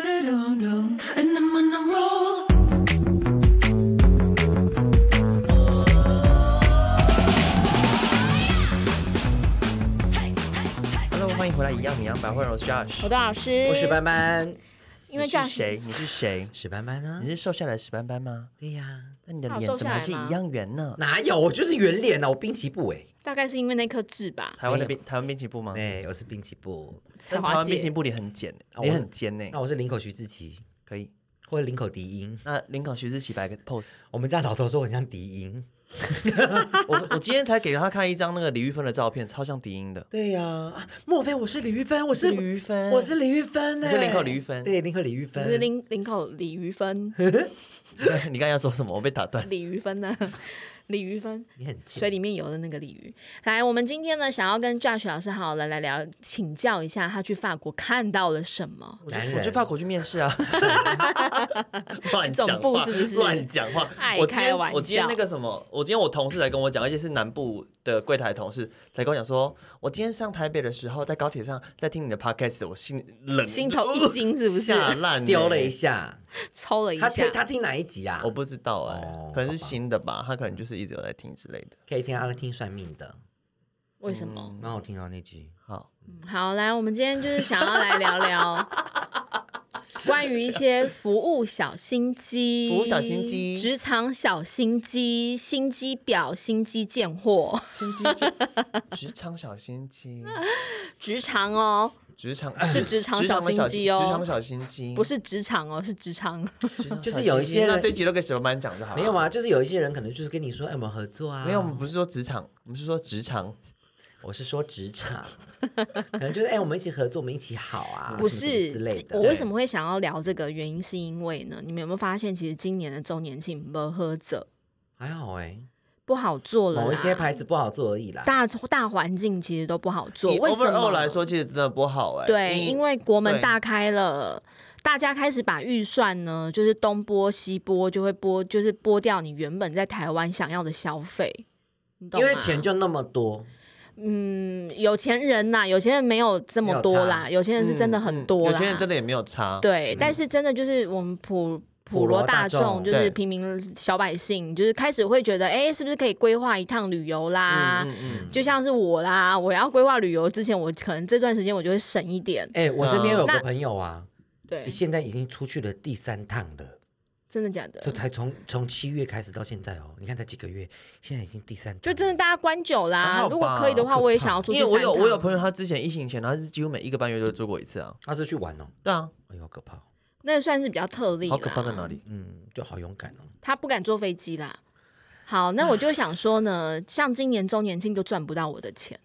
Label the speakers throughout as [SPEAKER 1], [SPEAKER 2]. [SPEAKER 1] And I'm on a roll.
[SPEAKER 2] Hello，欢迎回来，一样米阳百惠，我是
[SPEAKER 3] 我
[SPEAKER 2] Josh，
[SPEAKER 3] 的老师，
[SPEAKER 4] 我是班班，
[SPEAKER 3] 因为
[SPEAKER 2] 你是
[SPEAKER 3] Josh
[SPEAKER 2] 谁？你是谁？
[SPEAKER 4] 史班班啊
[SPEAKER 2] 你，是瘦下来的史斑斑吗？
[SPEAKER 4] 对呀，
[SPEAKER 2] 那你的
[SPEAKER 3] 他有
[SPEAKER 2] 脸
[SPEAKER 3] 啊瘦
[SPEAKER 2] 怎么还
[SPEAKER 3] 下
[SPEAKER 2] 是
[SPEAKER 3] 来吗
[SPEAKER 2] 一样圆呢？
[SPEAKER 4] 哪有？我就是圆脸啊，我滨崎步哎，
[SPEAKER 3] 大概是因为那颗痣吧，
[SPEAKER 2] 台湾的编台湾编辑部吗？
[SPEAKER 4] 哦对，我是滨崎步，
[SPEAKER 3] 才
[SPEAKER 2] 但台湾
[SPEAKER 3] 华
[SPEAKER 2] 编辑
[SPEAKER 3] 姐。哦
[SPEAKER 2] 部里很尖欸，
[SPEAKER 4] 啊
[SPEAKER 2] 脸
[SPEAKER 4] 我
[SPEAKER 2] 很尖呢。
[SPEAKER 4] 那我是林口徐志奇
[SPEAKER 2] 可以，
[SPEAKER 4] 或者林口迪英，
[SPEAKER 2] 那林口徐志奇摆个 pose。
[SPEAKER 4] 我们家老头说我很像迪英，
[SPEAKER 2] 我我今天才给他看一张那个李玉芬的照片，超像迪英的。
[SPEAKER 4] 对呀，啊莫非我是李玉芬？我是
[SPEAKER 2] 李玉芬
[SPEAKER 4] 我是李玉芬欸，
[SPEAKER 2] 你是林口李玉芬
[SPEAKER 4] 对，林口李玉
[SPEAKER 3] 可是
[SPEAKER 4] 芬，
[SPEAKER 3] 林林口李于 芬，
[SPEAKER 2] 你刚才要说什么？我被打断。
[SPEAKER 3] 李于芬 呢？李于芬，
[SPEAKER 4] 你很贱
[SPEAKER 3] 水里面游的那个鲤鱼。来，我们今天呢，想要跟 Josh 老师好了来聊，请教一下他去法国看到了什么。
[SPEAKER 2] 我去
[SPEAKER 4] 男人
[SPEAKER 2] 我去法国去面试啊， 乱讲
[SPEAKER 3] 总部
[SPEAKER 2] 话
[SPEAKER 3] 是不是
[SPEAKER 2] 乱讲话？
[SPEAKER 3] 爱
[SPEAKER 2] 我今
[SPEAKER 3] 开
[SPEAKER 2] 天
[SPEAKER 3] 玩
[SPEAKER 2] 我今天
[SPEAKER 3] 笑
[SPEAKER 2] 那个什么，我今天我同事来跟我讲，而且是南部的柜台同事才跟我讲说，我今天上台北的时候，在高铁上在听你的 podcast，我心冷
[SPEAKER 3] 心头一惊，是不是？
[SPEAKER 2] 吓烂欸
[SPEAKER 4] 丢了一下，
[SPEAKER 3] 抽了一
[SPEAKER 4] 他
[SPEAKER 3] 下
[SPEAKER 4] 听，他听哪一集啊
[SPEAKER 2] 我？不知道哎、
[SPEAKER 4] 哦
[SPEAKER 2] 可能是新的吧，他可能就是一直有在听之类的。
[SPEAKER 4] 可以听他听算命的，
[SPEAKER 3] 为什么？
[SPEAKER 2] 嗯
[SPEAKER 4] 蛮好听到那集。
[SPEAKER 2] 好，
[SPEAKER 3] 嗯好，来，我们今天就是想要来 聊聊关于一些服务小心机、
[SPEAKER 2] 服务小心机
[SPEAKER 3] 职场小心机、心机婊、心机贱货。
[SPEAKER 2] 心机机 职场小心 机，
[SPEAKER 3] 职场哦，
[SPEAKER 2] 职场
[SPEAKER 3] 是职场小
[SPEAKER 2] 的
[SPEAKER 3] 心机 哦
[SPEAKER 2] 职场小心
[SPEAKER 4] 嗯
[SPEAKER 2] 机
[SPEAKER 3] 不是职场哦，是职场。
[SPEAKER 2] 职场
[SPEAKER 4] 就是
[SPEAKER 2] 小
[SPEAKER 4] 有一
[SPEAKER 2] 心
[SPEAKER 4] 些
[SPEAKER 2] 机那
[SPEAKER 4] 人
[SPEAKER 2] 这一集都给小班讲就好了。
[SPEAKER 4] 没有啊，就是有一些人可能就是跟你说，哎，我们合作啊。
[SPEAKER 2] 没有，我们不是说职场，我们是说职场。
[SPEAKER 4] 我是说职场， 可能就是哎、我们一起合作，我们一起好啊，
[SPEAKER 3] 不
[SPEAKER 4] 什么什么
[SPEAKER 3] 是
[SPEAKER 4] 之类的。
[SPEAKER 3] 我为什么会想要聊这个？原因是因为呢，你们有没有发现，其实今年的周年庆没喝者
[SPEAKER 4] 还好哎、
[SPEAKER 3] 不好做了啦，
[SPEAKER 4] 某一些牌子不好做而已啦。
[SPEAKER 3] 大大环境其实都不好做。
[SPEAKER 2] 以
[SPEAKER 3] 为什
[SPEAKER 2] overall
[SPEAKER 3] 么
[SPEAKER 2] 来说，其实真的不好哎、
[SPEAKER 3] 对，因为国门
[SPEAKER 2] 对
[SPEAKER 3] 大开了，大家开始把预算呢，就是东拨西拨，就会拨，就是拨掉你原本在台湾想要的消费。你懂啊
[SPEAKER 4] 因为
[SPEAKER 3] 吗
[SPEAKER 4] 钱就那么多，
[SPEAKER 3] 嗯，有钱人呐、有钱人没有这么多啦，有钱人是真的很多
[SPEAKER 2] 嗯
[SPEAKER 3] 啦，
[SPEAKER 2] 有些人真的也没有差。
[SPEAKER 3] 对，但是真的就是我们普。普罗大
[SPEAKER 4] 普罗大
[SPEAKER 3] 众
[SPEAKER 4] 众
[SPEAKER 3] 就是
[SPEAKER 2] 对
[SPEAKER 3] 平民小百姓，就是开始会觉得，哎、是不是可以规划一趟旅游啦？
[SPEAKER 2] 嗯嗯
[SPEAKER 3] 就像是我啦，我要规划旅游之前，我可能这段时间我就会省一点。
[SPEAKER 4] 哎、我身边有
[SPEAKER 3] 那
[SPEAKER 4] 个朋友啊，
[SPEAKER 2] 嗯
[SPEAKER 3] 对，
[SPEAKER 4] 现在已经出去了第三趟了，
[SPEAKER 3] 真的假的？
[SPEAKER 4] 就才从从七月开始到现在哦，你看才几个月，现在已经第三趟，
[SPEAKER 3] 就真的大家关久啦、
[SPEAKER 2] 还好吧
[SPEAKER 3] 如果可以的话，
[SPEAKER 4] 好可怕
[SPEAKER 3] 我也想要
[SPEAKER 2] 嗯，
[SPEAKER 3] 出去
[SPEAKER 2] 因为我有我有朋友，他之前疫情前，他是几乎每一个半月都住过一次啊。
[SPEAKER 4] 他是去玩哦，
[SPEAKER 2] 对啊，
[SPEAKER 4] 哎呦好可怕哦，
[SPEAKER 3] 那算是比较特例啦。
[SPEAKER 2] 好可怕在哪里？
[SPEAKER 4] 嗯，就好勇敢哦，
[SPEAKER 3] 他不敢坐飞机啦。好，那我就想说呢，像今年周年庆就赚不到我的钱，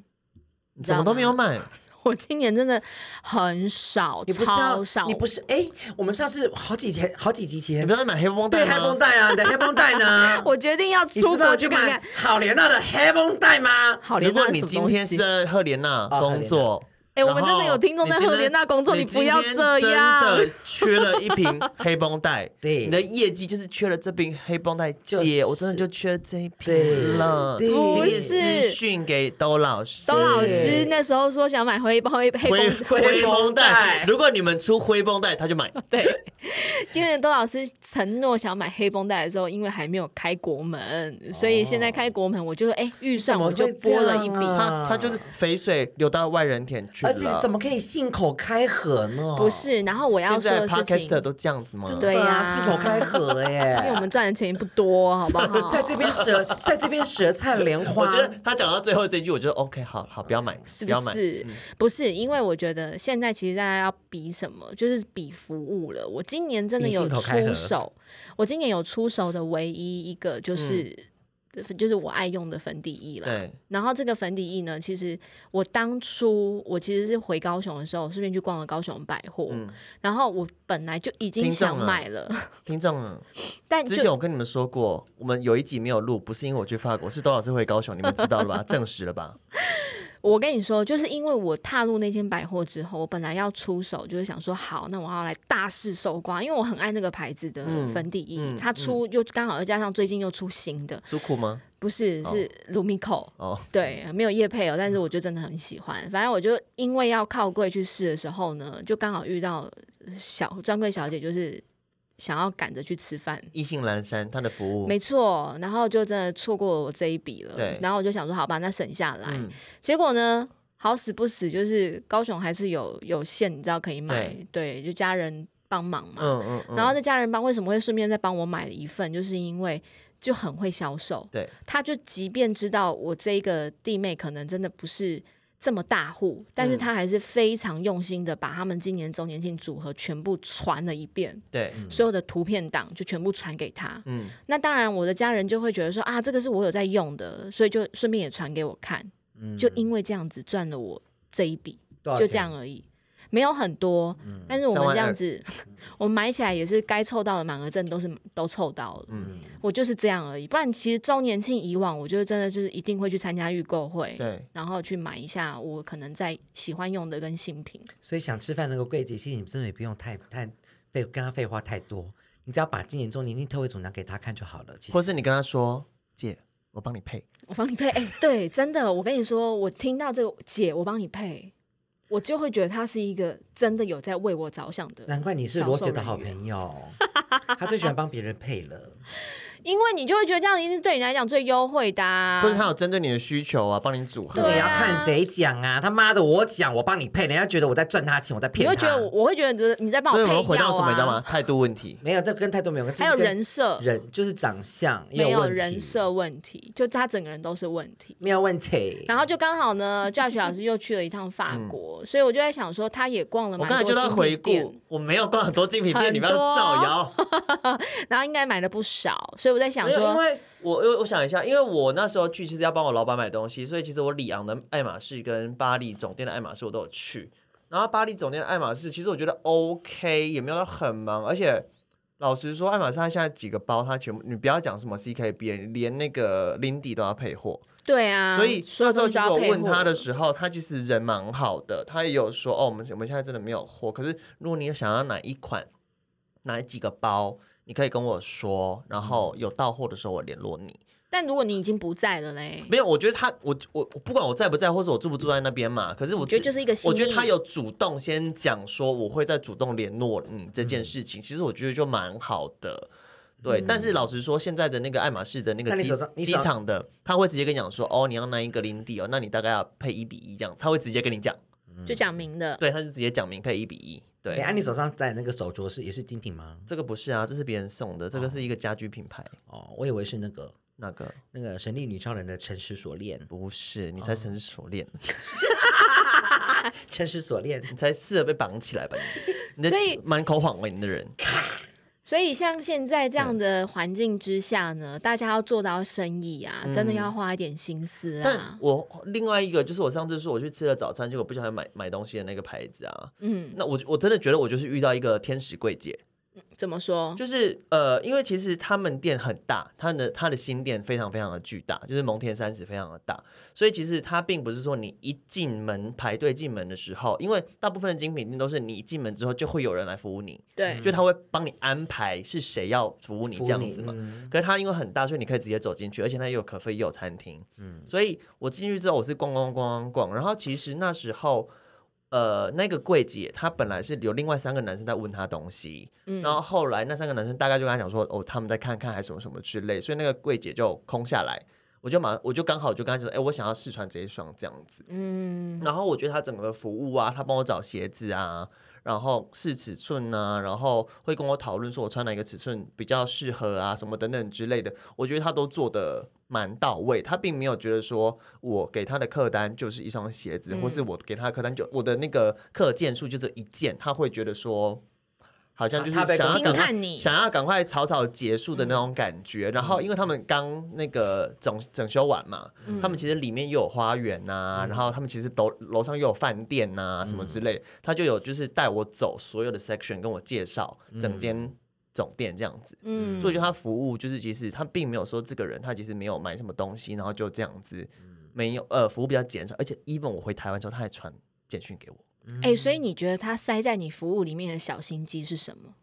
[SPEAKER 2] 你什么都没有买，
[SPEAKER 3] 我今年真的很少，
[SPEAKER 4] 你不是要
[SPEAKER 3] 超少，
[SPEAKER 4] 你不是哎、我们上次好几前好几集
[SPEAKER 2] 你
[SPEAKER 4] 前
[SPEAKER 2] 不要再买黑绷带
[SPEAKER 4] 对
[SPEAKER 2] 吗
[SPEAKER 4] 黑绷带啊，你的黑绷带 呢？
[SPEAKER 3] 我决定要
[SPEAKER 4] 你是
[SPEAKER 3] 出
[SPEAKER 4] 不是要
[SPEAKER 3] 国
[SPEAKER 4] 去
[SPEAKER 3] 去看
[SPEAKER 4] 买
[SPEAKER 3] 看。
[SPEAKER 4] 好莲娜的黑绷带吗？
[SPEAKER 3] 好
[SPEAKER 2] 如
[SPEAKER 3] 莲娜
[SPEAKER 2] 果
[SPEAKER 3] 是
[SPEAKER 2] 你
[SPEAKER 3] 什么
[SPEAKER 2] 今
[SPEAKER 3] 东
[SPEAKER 2] 天是
[SPEAKER 3] 西？
[SPEAKER 2] 在赫莲娜
[SPEAKER 4] 哦
[SPEAKER 2] 工作，
[SPEAKER 3] 哎、我们
[SPEAKER 2] 然后
[SPEAKER 3] 真的有听众在
[SPEAKER 2] 你今
[SPEAKER 3] 赫
[SPEAKER 2] 天
[SPEAKER 3] 莲娜工作，你不要这
[SPEAKER 2] 你
[SPEAKER 3] 样
[SPEAKER 2] 今天真。的缺了一瓶黑绷带，
[SPEAKER 4] 对
[SPEAKER 2] 你的业绩就是缺了这瓶黑绷带
[SPEAKER 4] 就是
[SPEAKER 2] 姐，我真的就缺了这一瓶了。
[SPEAKER 4] 对
[SPEAKER 2] 今
[SPEAKER 4] 不
[SPEAKER 2] 天
[SPEAKER 3] 是
[SPEAKER 2] 私讯给兜老师，
[SPEAKER 3] 董老师那时候说想买灰黑黑
[SPEAKER 2] 灰
[SPEAKER 3] 黑
[SPEAKER 4] 绷
[SPEAKER 2] 灰绷带
[SPEAKER 4] 带，
[SPEAKER 2] 如果你们出灰绷带，他就买。
[SPEAKER 3] 对，今年窦老师承诺想买黑绷带的时候，因为还没有开国门，所以现在开国门，我就哎预算我就拨
[SPEAKER 2] 啊
[SPEAKER 3] 了一笔。
[SPEAKER 2] 他他就是肥水流到外人田去了。
[SPEAKER 4] 啊而且你怎么可以信口开河呢？
[SPEAKER 3] 不是，然后我要
[SPEAKER 2] 现
[SPEAKER 3] 说
[SPEAKER 2] 在
[SPEAKER 3] 的事情
[SPEAKER 2] podcast，都这样子吗？
[SPEAKER 3] 对
[SPEAKER 4] 呀、
[SPEAKER 3] 呀
[SPEAKER 4] 啊信口开 河耶！
[SPEAKER 3] 毕竟我们赚的钱也不多，好不 好？
[SPEAKER 4] 在这边舌，在这边舌灿莲花。
[SPEAKER 2] 我觉得他讲到最后这一句，我觉得 OK，好好，不要买，
[SPEAKER 3] 是
[SPEAKER 2] 不
[SPEAKER 3] 不
[SPEAKER 2] 要买。
[SPEAKER 3] 是？不是，因为我觉得现在其实大家要比什么，就是比服务了。我今年真的
[SPEAKER 4] 比
[SPEAKER 3] 有
[SPEAKER 4] 信口开
[SPEAKER 3] 出
[SPEAKER 4] 河
[SPEAKER 3] 手，我今年有出手的唯一一个就是、就是我爱用的粉底液啦。
[SPEAKER 2] 对，
[SPEAKER 3] 然后这个粉底液呢，其实我当初我其实是回高雄的时候，顺便去逛了高雄百货，
[SPEAKER 2] 嗯
[SPEAKER 3] 然后我本来就已经想买了，
[SPEAKER 2] 听众啊，
[SPEAKER 3] 但
[SPEAKER 2] 之前
[SPEAKER 3] 就
[SPEAKER 2] 我跟你们说过， 我们有一集没有录，不是因为我去法国，是窦老师回高雄，你们知道了吧？证实了吧？
[SPEAKER 3] 我跟你说，就是因为我踏入那间百货之后，我本来要出手，就是想说好，那我要来大肆搜刮，因为我很爱那个牌子的
[SPEAKER 2] 嗯
[SPEAKER 3] 粉底液，
[SPEAKER 2] 嗯
[SPEAKER 3] 它出又刚好又加上最近又出新的，
[SPEAKER 2] 苏库吗？
[SPEAKER 3] 不是是 Lumico，、
[SPEAKER 2] 哦，
[SPEAKER 3] 对，没有叶配哦，但是我就真的很喜欢。反正我就因为要靠柜去试的时候呢，就刚好遇到小专柜小姐，就是想要赶着去吃饭，
[SPEAKER 2] 意兴阑珊，它的服务
[SPEAKER 3] 没错，然后就真的错过我这一笔了
[SPEAKER 2] 对。
[SPEAKER 3] 然后我就想说，好吧，那省下来。
[SPEAKER 2] 嗯
[SPEAKER 3] 结果呢，好死不死，就是高雄还是有有线，你知道可以买，对，就家人帮忙嘛。
[SPEAKER 2] 嗯嗯嗯，
[SPEAKER 3] 然后这家人帮为什么会顺便再帮我买了一份，就是因为就很会销售，
[SPEAKER 2] 对，
[SPEAKER 3] 他就即便知道我这一个弟妹可能真的不是这么大户，但
[SPEAKER 2] 嗯
[SPEAKER 3] 是他还是非常用心的把他们今年周年庆组合全部传了一遍，
[SPEAKER 2] 对，
[SPEAKER 3] 所有的图片档就全部传给他。
[SPEAKER 2] 嗯，
[SPEAKER 3] 那当然，我的家人就会觉得说啊，这个是我有在用的，所以就顺便也传给我看，
[SPEAKER 2] 嗯
[SPEAKER 3] 就因为这样子赚了我这一笔。
[SPEAKER 4] 多少
[SPEAKER 3] 就
[SPEAKER 4] 钱
[SPEAKER 3] 这样而已，没有很多。
[SPEAKER 2] 嗯
[SPEAKER 3] 但是我们
[SPEAKER 2] 32
[SPEAKER 3] 这样子， 我们买起来也是该凑到的满额赠都是都凑到了。
[SPEAKER 2] 嗯
[SPEAKER 3] 我就是这样而已。不然其实周年庆以往，我就真的就是一定会去参加预购会，
[SPEAKER 2] 对，
[SPEAKER 3] 然后去买一下我可能在喜欢用的跟新品。
[SPEAKER 4] 所以想吃饭那个柜姐，其实你真的也不用太太废跟她废话太多，你只要把今年周年庆特惠组拿给她看就好了。其
[SPEAKER 2] 或
[SPEAKER 4] 实
[SPEAKER 2] 是你跟他说，姐，我帮你配，
[SPEAKER 3] 我帮你配，哎、对，真的，我跟你说，我听到这个姐，我帮你配，我就会觉得她是一个真的有在为我着想的，
[SPEAKER 4] 难怪你是罗姐的好朋友， 她最喜欢帮别人配 了。
[SPEAKER 3] 因为你就会觉得这样一定是对你来讲最优惠的、啊。
[SPEAKER 2] 或是他有针对你的需求啊，帮你组合
[SPEAKER 4] 那也要看谁讲啊！他妈的，我讲，我帮你配，人家觉得我在赚他钱，我在
[SPEAKER 3] 你
[SPEAKER 4] 骗他。
[SPEAKER 3] 会觉得我，我会觉得你在帮
[SPEAKER 2] 所以
[SPEAKER 3] 我
[SPEAKER 2] 我
[SPEAKER 3] 配
[SPEAKER 2] 们回
[SPEAKER 3] 药
[SPEAKER 2] 到什么，
[SPEAKER 3] 啊，
[SPEAKER 2] 你知道吗？态度问题。
[SPEAKER 4] 没有，这跟态度没有关，
[SPEAKER 3] 还有
[SPEAKER 4] 就是跟
[SPEAKER 3] 人设，
[SPEAKER 4] 人就是长相也
[SPEAKER 3] 没有
[SPEAKER 4] 问题
[SPEAKER 3] 人设问题，就他整个人都是问题。
[SPEAKER 4] 没有问题。
[SPEAKER 3] 然后就刚好 呢，Josh 老师又去了一趟法国，所以我就在想说，他也逛了
[SPEAKER 2] 嗯我
[SPEAKER 3] 蛮
[SPEAKER 2] 刚才
[SPEAKER 3] 多
[SPEAKER 2] 就在
[SPEAKER 3] 精
[SPEAKER 2] 回
[SPEAKER 3] 品店，
[SPEAKER 2] 顾，我没有逛很多精品店，
[SPEAKER 3] 很
[SPEAKER 2] 你不要造谣。
[SPEAKER 3] 然后应该买了不少，所以我在想
[SPEAKER 2] 没有，因
[SPEAKER 3] 说，
[SPEAKER 2] 为我我我想一下，因为我那时候去其实要帮我老板买东西，所以其实我里昂的爱马仕跟巴黎总店的爱马仕我都有去。然后巴黎总店的爱马仕，其实我觉得 OK，也没有到很忙，而且老实说，爱马仕它现在几个包，它全部你不要讲什么 CKB，连那个 Lindy 都要配货。
[SPEAKER 3] 对啊，
[SPEAKER 2] 所以
[SPEAKER 3] 所
[SPEAKER 2] 那
[SPEAKER 3] 有
[SPEAKER 2] 时候其实
[SPEAKER 3] 东西都要
[SPEAKER 2] 我
[SPEAKER 3] 配
[SPEAKER 2] 问他
[SPEAKER 3] 货
[SPEAKER 2] 的时候，他其实人蛮好的，他也有说哦，我们我们现在真的没有货，可是如果你想要哪一款、哪几个包，你可以跟我说，然
[SPEAKER 3] 嗯
[SPEAKER 2] 后有到货的时候我联络你。
[SPEAKER 3] 但如果你已经不在了嘞，
[SPEAKER 2] 没有，我觉得他，我我我不管我在不在，或者我住不住在那边嘛，可是我
[SPEAKER 3] 我觉得
[SPEAKER 2] 自
[SPEAKER 3] 就是一个心意，
[SPEAKER 2] 我觉得他有主动先讲说我会再主动联络你这件事
[SPEAKER 3] 嗯
[SPEAKER 2] 情，其实我觉得就蛮好的。对，但是老实说，现在的那个爱马仕的那个
[SPEAKER 4] 那你
[SPEAKER 2] 机
[SPEAKER 4] 手上你
[SPEAKER 2] 机
[SPEAKER 4] 手
[SPEAKER 2] 场的，他会直接跟你讲说，哦，你要那一个零底哦，那你大概要配一比一这样，他会直接跟你讲，
[SPEAKER 3] 就讲明的，
[SPEAKER 2] 对，他就直接讲明配一比一。对，
[SPEAKER 4] 啊哎，安、妮手上戴的那个手镯是也是精品吗？
[SPEAKER 2] 这个不是啊，这是别人送的，这个是一个家居品牌，
[SPEAKER 4] 哦，我以为是那个
[SPEAKER 2] 那个
[SPEAKER 4] 那个神力女超人的诚实锁链，
[SPEAKER 2] 不是，你才神之锁链，
[SPEAKER 4] 诚实锁链。
[SPEAKER 2] 你才适合被绑起来吧你？你的
[SPEAKER 3] 所以
[SPEAKER 2] 满口谎言的人，
[SPEAKER 3] 所以像现在这样的环境之下呢，大家要做到生意啊，真的要花一点心思
[SPEAKER 2] 嗯但
[SPEAKER 3] 啊，
[SPEAKER 2] 我另外一个就是我上次说我去吃了早餐，结果不小心买买东西的那个牌子啊，
[SPEAKER 3] 嗯，
[SPEAKER 2] 那我我真的觉得我就是遇到一个天使柜姐，
[SPEAKER 3] 怎么说？
[SPEAKER 2] 就是呃，因为其实他们店很大，他的他的新店非常非常的巨大，就是蒙田三十非常的大，所以其实它并不是说你一进门排队进门的时候，因为大部分的精品店都是你一进门之后就会有人来服务你，
[SPEAKER 3] 对，
[SPEAKER 2] 就他会帮你安排是谁要服务你
[SPEAKER 4] 服务
[SPEAKER 2] 这样
[SPEAKER 4] 你嗯
[SPEAKER 2] 子嘛。可是它因为很大，所以你可以直接走进去，而且它也有可费，也有餐厅。嗯，所以我进去之后，我是逛逛逛逛逛，然后其实那时候。呃，那个柜姐她本来是有另外三个男生在问她东西，
[SPEAKER 3] 嗯
[SPEAKER 2] 然后后来那三个男生大概就跟她讲说，哦，他们在看看还是什么什么之类，所以那个柜姐就空下来，我就马我就刚好就跟她讲说，哎、我想要试穿这一双这样子，
[SPEAKER 3] 嗯，
[SPEAKER 2] 然后我觉得他整个服务啊，他帮我找鞋子啊，然后试尺寸啊，然后会跟我讨论说我穿哪个尺寸比较适合啊，什么等等之类的，我觉得他都做的蛮到位。他并没有觉得说我给他的客单就是一双鞋子，或是我给他的客单就我的那个课件数就这一件，他会觉得说。好像就是
[SPEAKER 4] 他被
[SPEAKER 2] 想要
[SPEAKER 3] 轻
[SPEAKER 2] 赶快
[SPEAKER 3] 看你
[SPEAKER 2] 想要赶快草草结束的那种感觉。然后，因为他们刚那个整整修完嘛，他们其实里面又有花园呐、然后他们其实楼楼上又有饭店呐、什么之类，他就有就是带我走所有的 section，跟我介绍整间总店这样子。
[SPEAKER 3] 嗯
[SPEAKER 2] 所以我觉得他服务就是，其实他并没有说这个人他其实没有买什么东西，然后就这样子没有呃服务比较减少，而且 even 我回台湾之后，他还传简讯给我。
[SPEAKER 3] 哎、所以你觉得他塞在你服务里面的小心机是什么？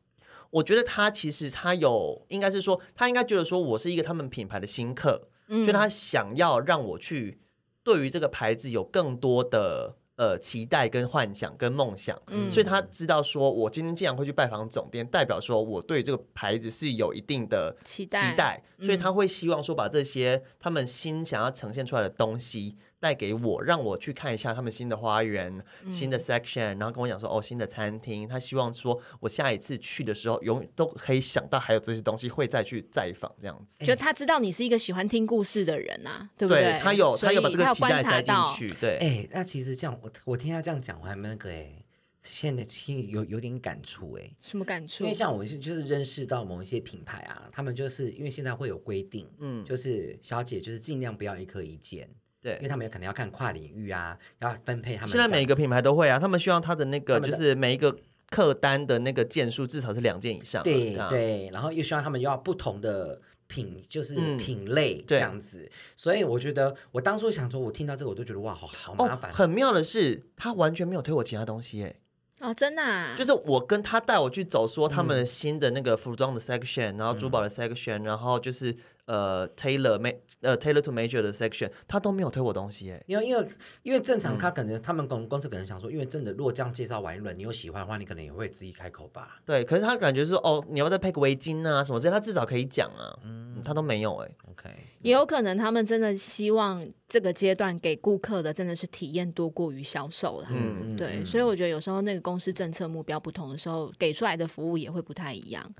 [SPEAKER 2] 我觉得他其实他有，应该是说他应该觉得说我是一个他们品牌的新客，
[SPEAKER 3] 嗯
[SPEAKER 2] 所以他想要让我去对于这个牌子有更多的呃期待、跟幻想、跟梦想。
[SPEAKER 3] 嗯
[SPEAKER 2] 所以他知道说我今天既然会去拜访总店，代表说我对于这个牌子是有一定的
[SPEAKER 3] 期
[SPEAKER 2] 期
[SPEAKER 3] 待
[SPEAKER 2] 待，所以
[SPEAKER 3] 嗯
[SPEAKER 2] 他会希望说把这些他们新想要呈现出来的东西带给我，让我去看一下他们新的花园、
[SPEAKER 3] 嗯
[SPEAKER 2] 新的 section，然后跟我讲说哦新的餐厅，他希望说我下一次去的时候永远都可以想到还有这些东西会再去再访这样子。
[SPEAKER 3] 就他知道你是一个喜欢听故事的人啊，对不
[SPEAKER 2] 对他有
[SPEAKER 3] 所
[SPEAKER 2] 他有
[SPEAKER 3] 以
[SPEAKER 2] 把这个期待
[SPEAKER 3] 观察
[SPEAKER 2] 塞进
[SPEAKER 3] 到
[SPEAKER 2] 去，对，
[SPEAKER 4] 哎、那其实这样，我我听他这样讲，我还没那个哎、现在心里有有点感触哎、
[SPEAKER 3] 什么感触？
[SPEAKER 4] 因为像我是就是认识到某一些品牌啊，他们就是因为现在会有规定，
[SPEAKER 2] 嗯，
[SPEAKER 4] 就是小姐就是尽量不要一颗一件，因为
[SPEAKER 2] 对。
[SPEAKER 4] 他们可能要看跨领域啊，要分配他们
[SPEAKER 2] 现在每个品牌都会啊，他们希望他的那个
[SPEAKER 4] 他们
[SPEAKER 2] 就
[SPEAKER 4] 的
[SPEAKER 2] 是每一个客单的那个件数至少是两件以上嘛，
[SPEAKER 4] 对
[SPEAKER 2] 啊，
[SPEAKER 4] 对，然后又希望他们要不同的品，就是
[SPEAKER 2] 嗯
[SPEAKER 4] 品类这
[SPEAKER 2] 对
[SPEAKER 4] 样子。所以我觉得，我当初想说，我听到这个我就觉得哇，好好麻
[SPEAKER 2] 哦
[SPEAKER 4] 烦，，
[SPEAKER 2] 很妙的是，他完全没有推我其他东西、哎，
[SPEAKER 3] 哦，真的、啊，
[SPEAKER 2] 就是我跟他带我去走，说他
[SPEAKER 4] 嗯
[SPEAKER 2] 们的新的那个服装的 section，、然后珠宝的 section，然后就是呃 tailor ma 呃 tailor to major 的 section，他都没有推我东西耶。
[SPEAKER 4] 因为因为因为正
[SPEAKER 2] 嗯
[SPEAKER 4] 常他可能、他们公公司可能想说，因为真的如果这样介绍完一轮，你有喜欢的话，你可能也会自己开口吧。
[SPEAKER 2] 对，可是他感觉是哦，你要不要再配个围巾啊什么之类，他至少可以讲啊，嗯，他都没有哎。
[SPEAKER 4] OK，
[SPEAKER 3] 也有可能他们真的希望这个阶段给顾客的真的是体验多过于销售了。
[SPEAKER 2] 嗯
[SPEAKER 4] 嗯
[SPEAKER 3] 对，所以我觉得有时候那个公司政策目标不同的时候，给出来的服务也会不太一样。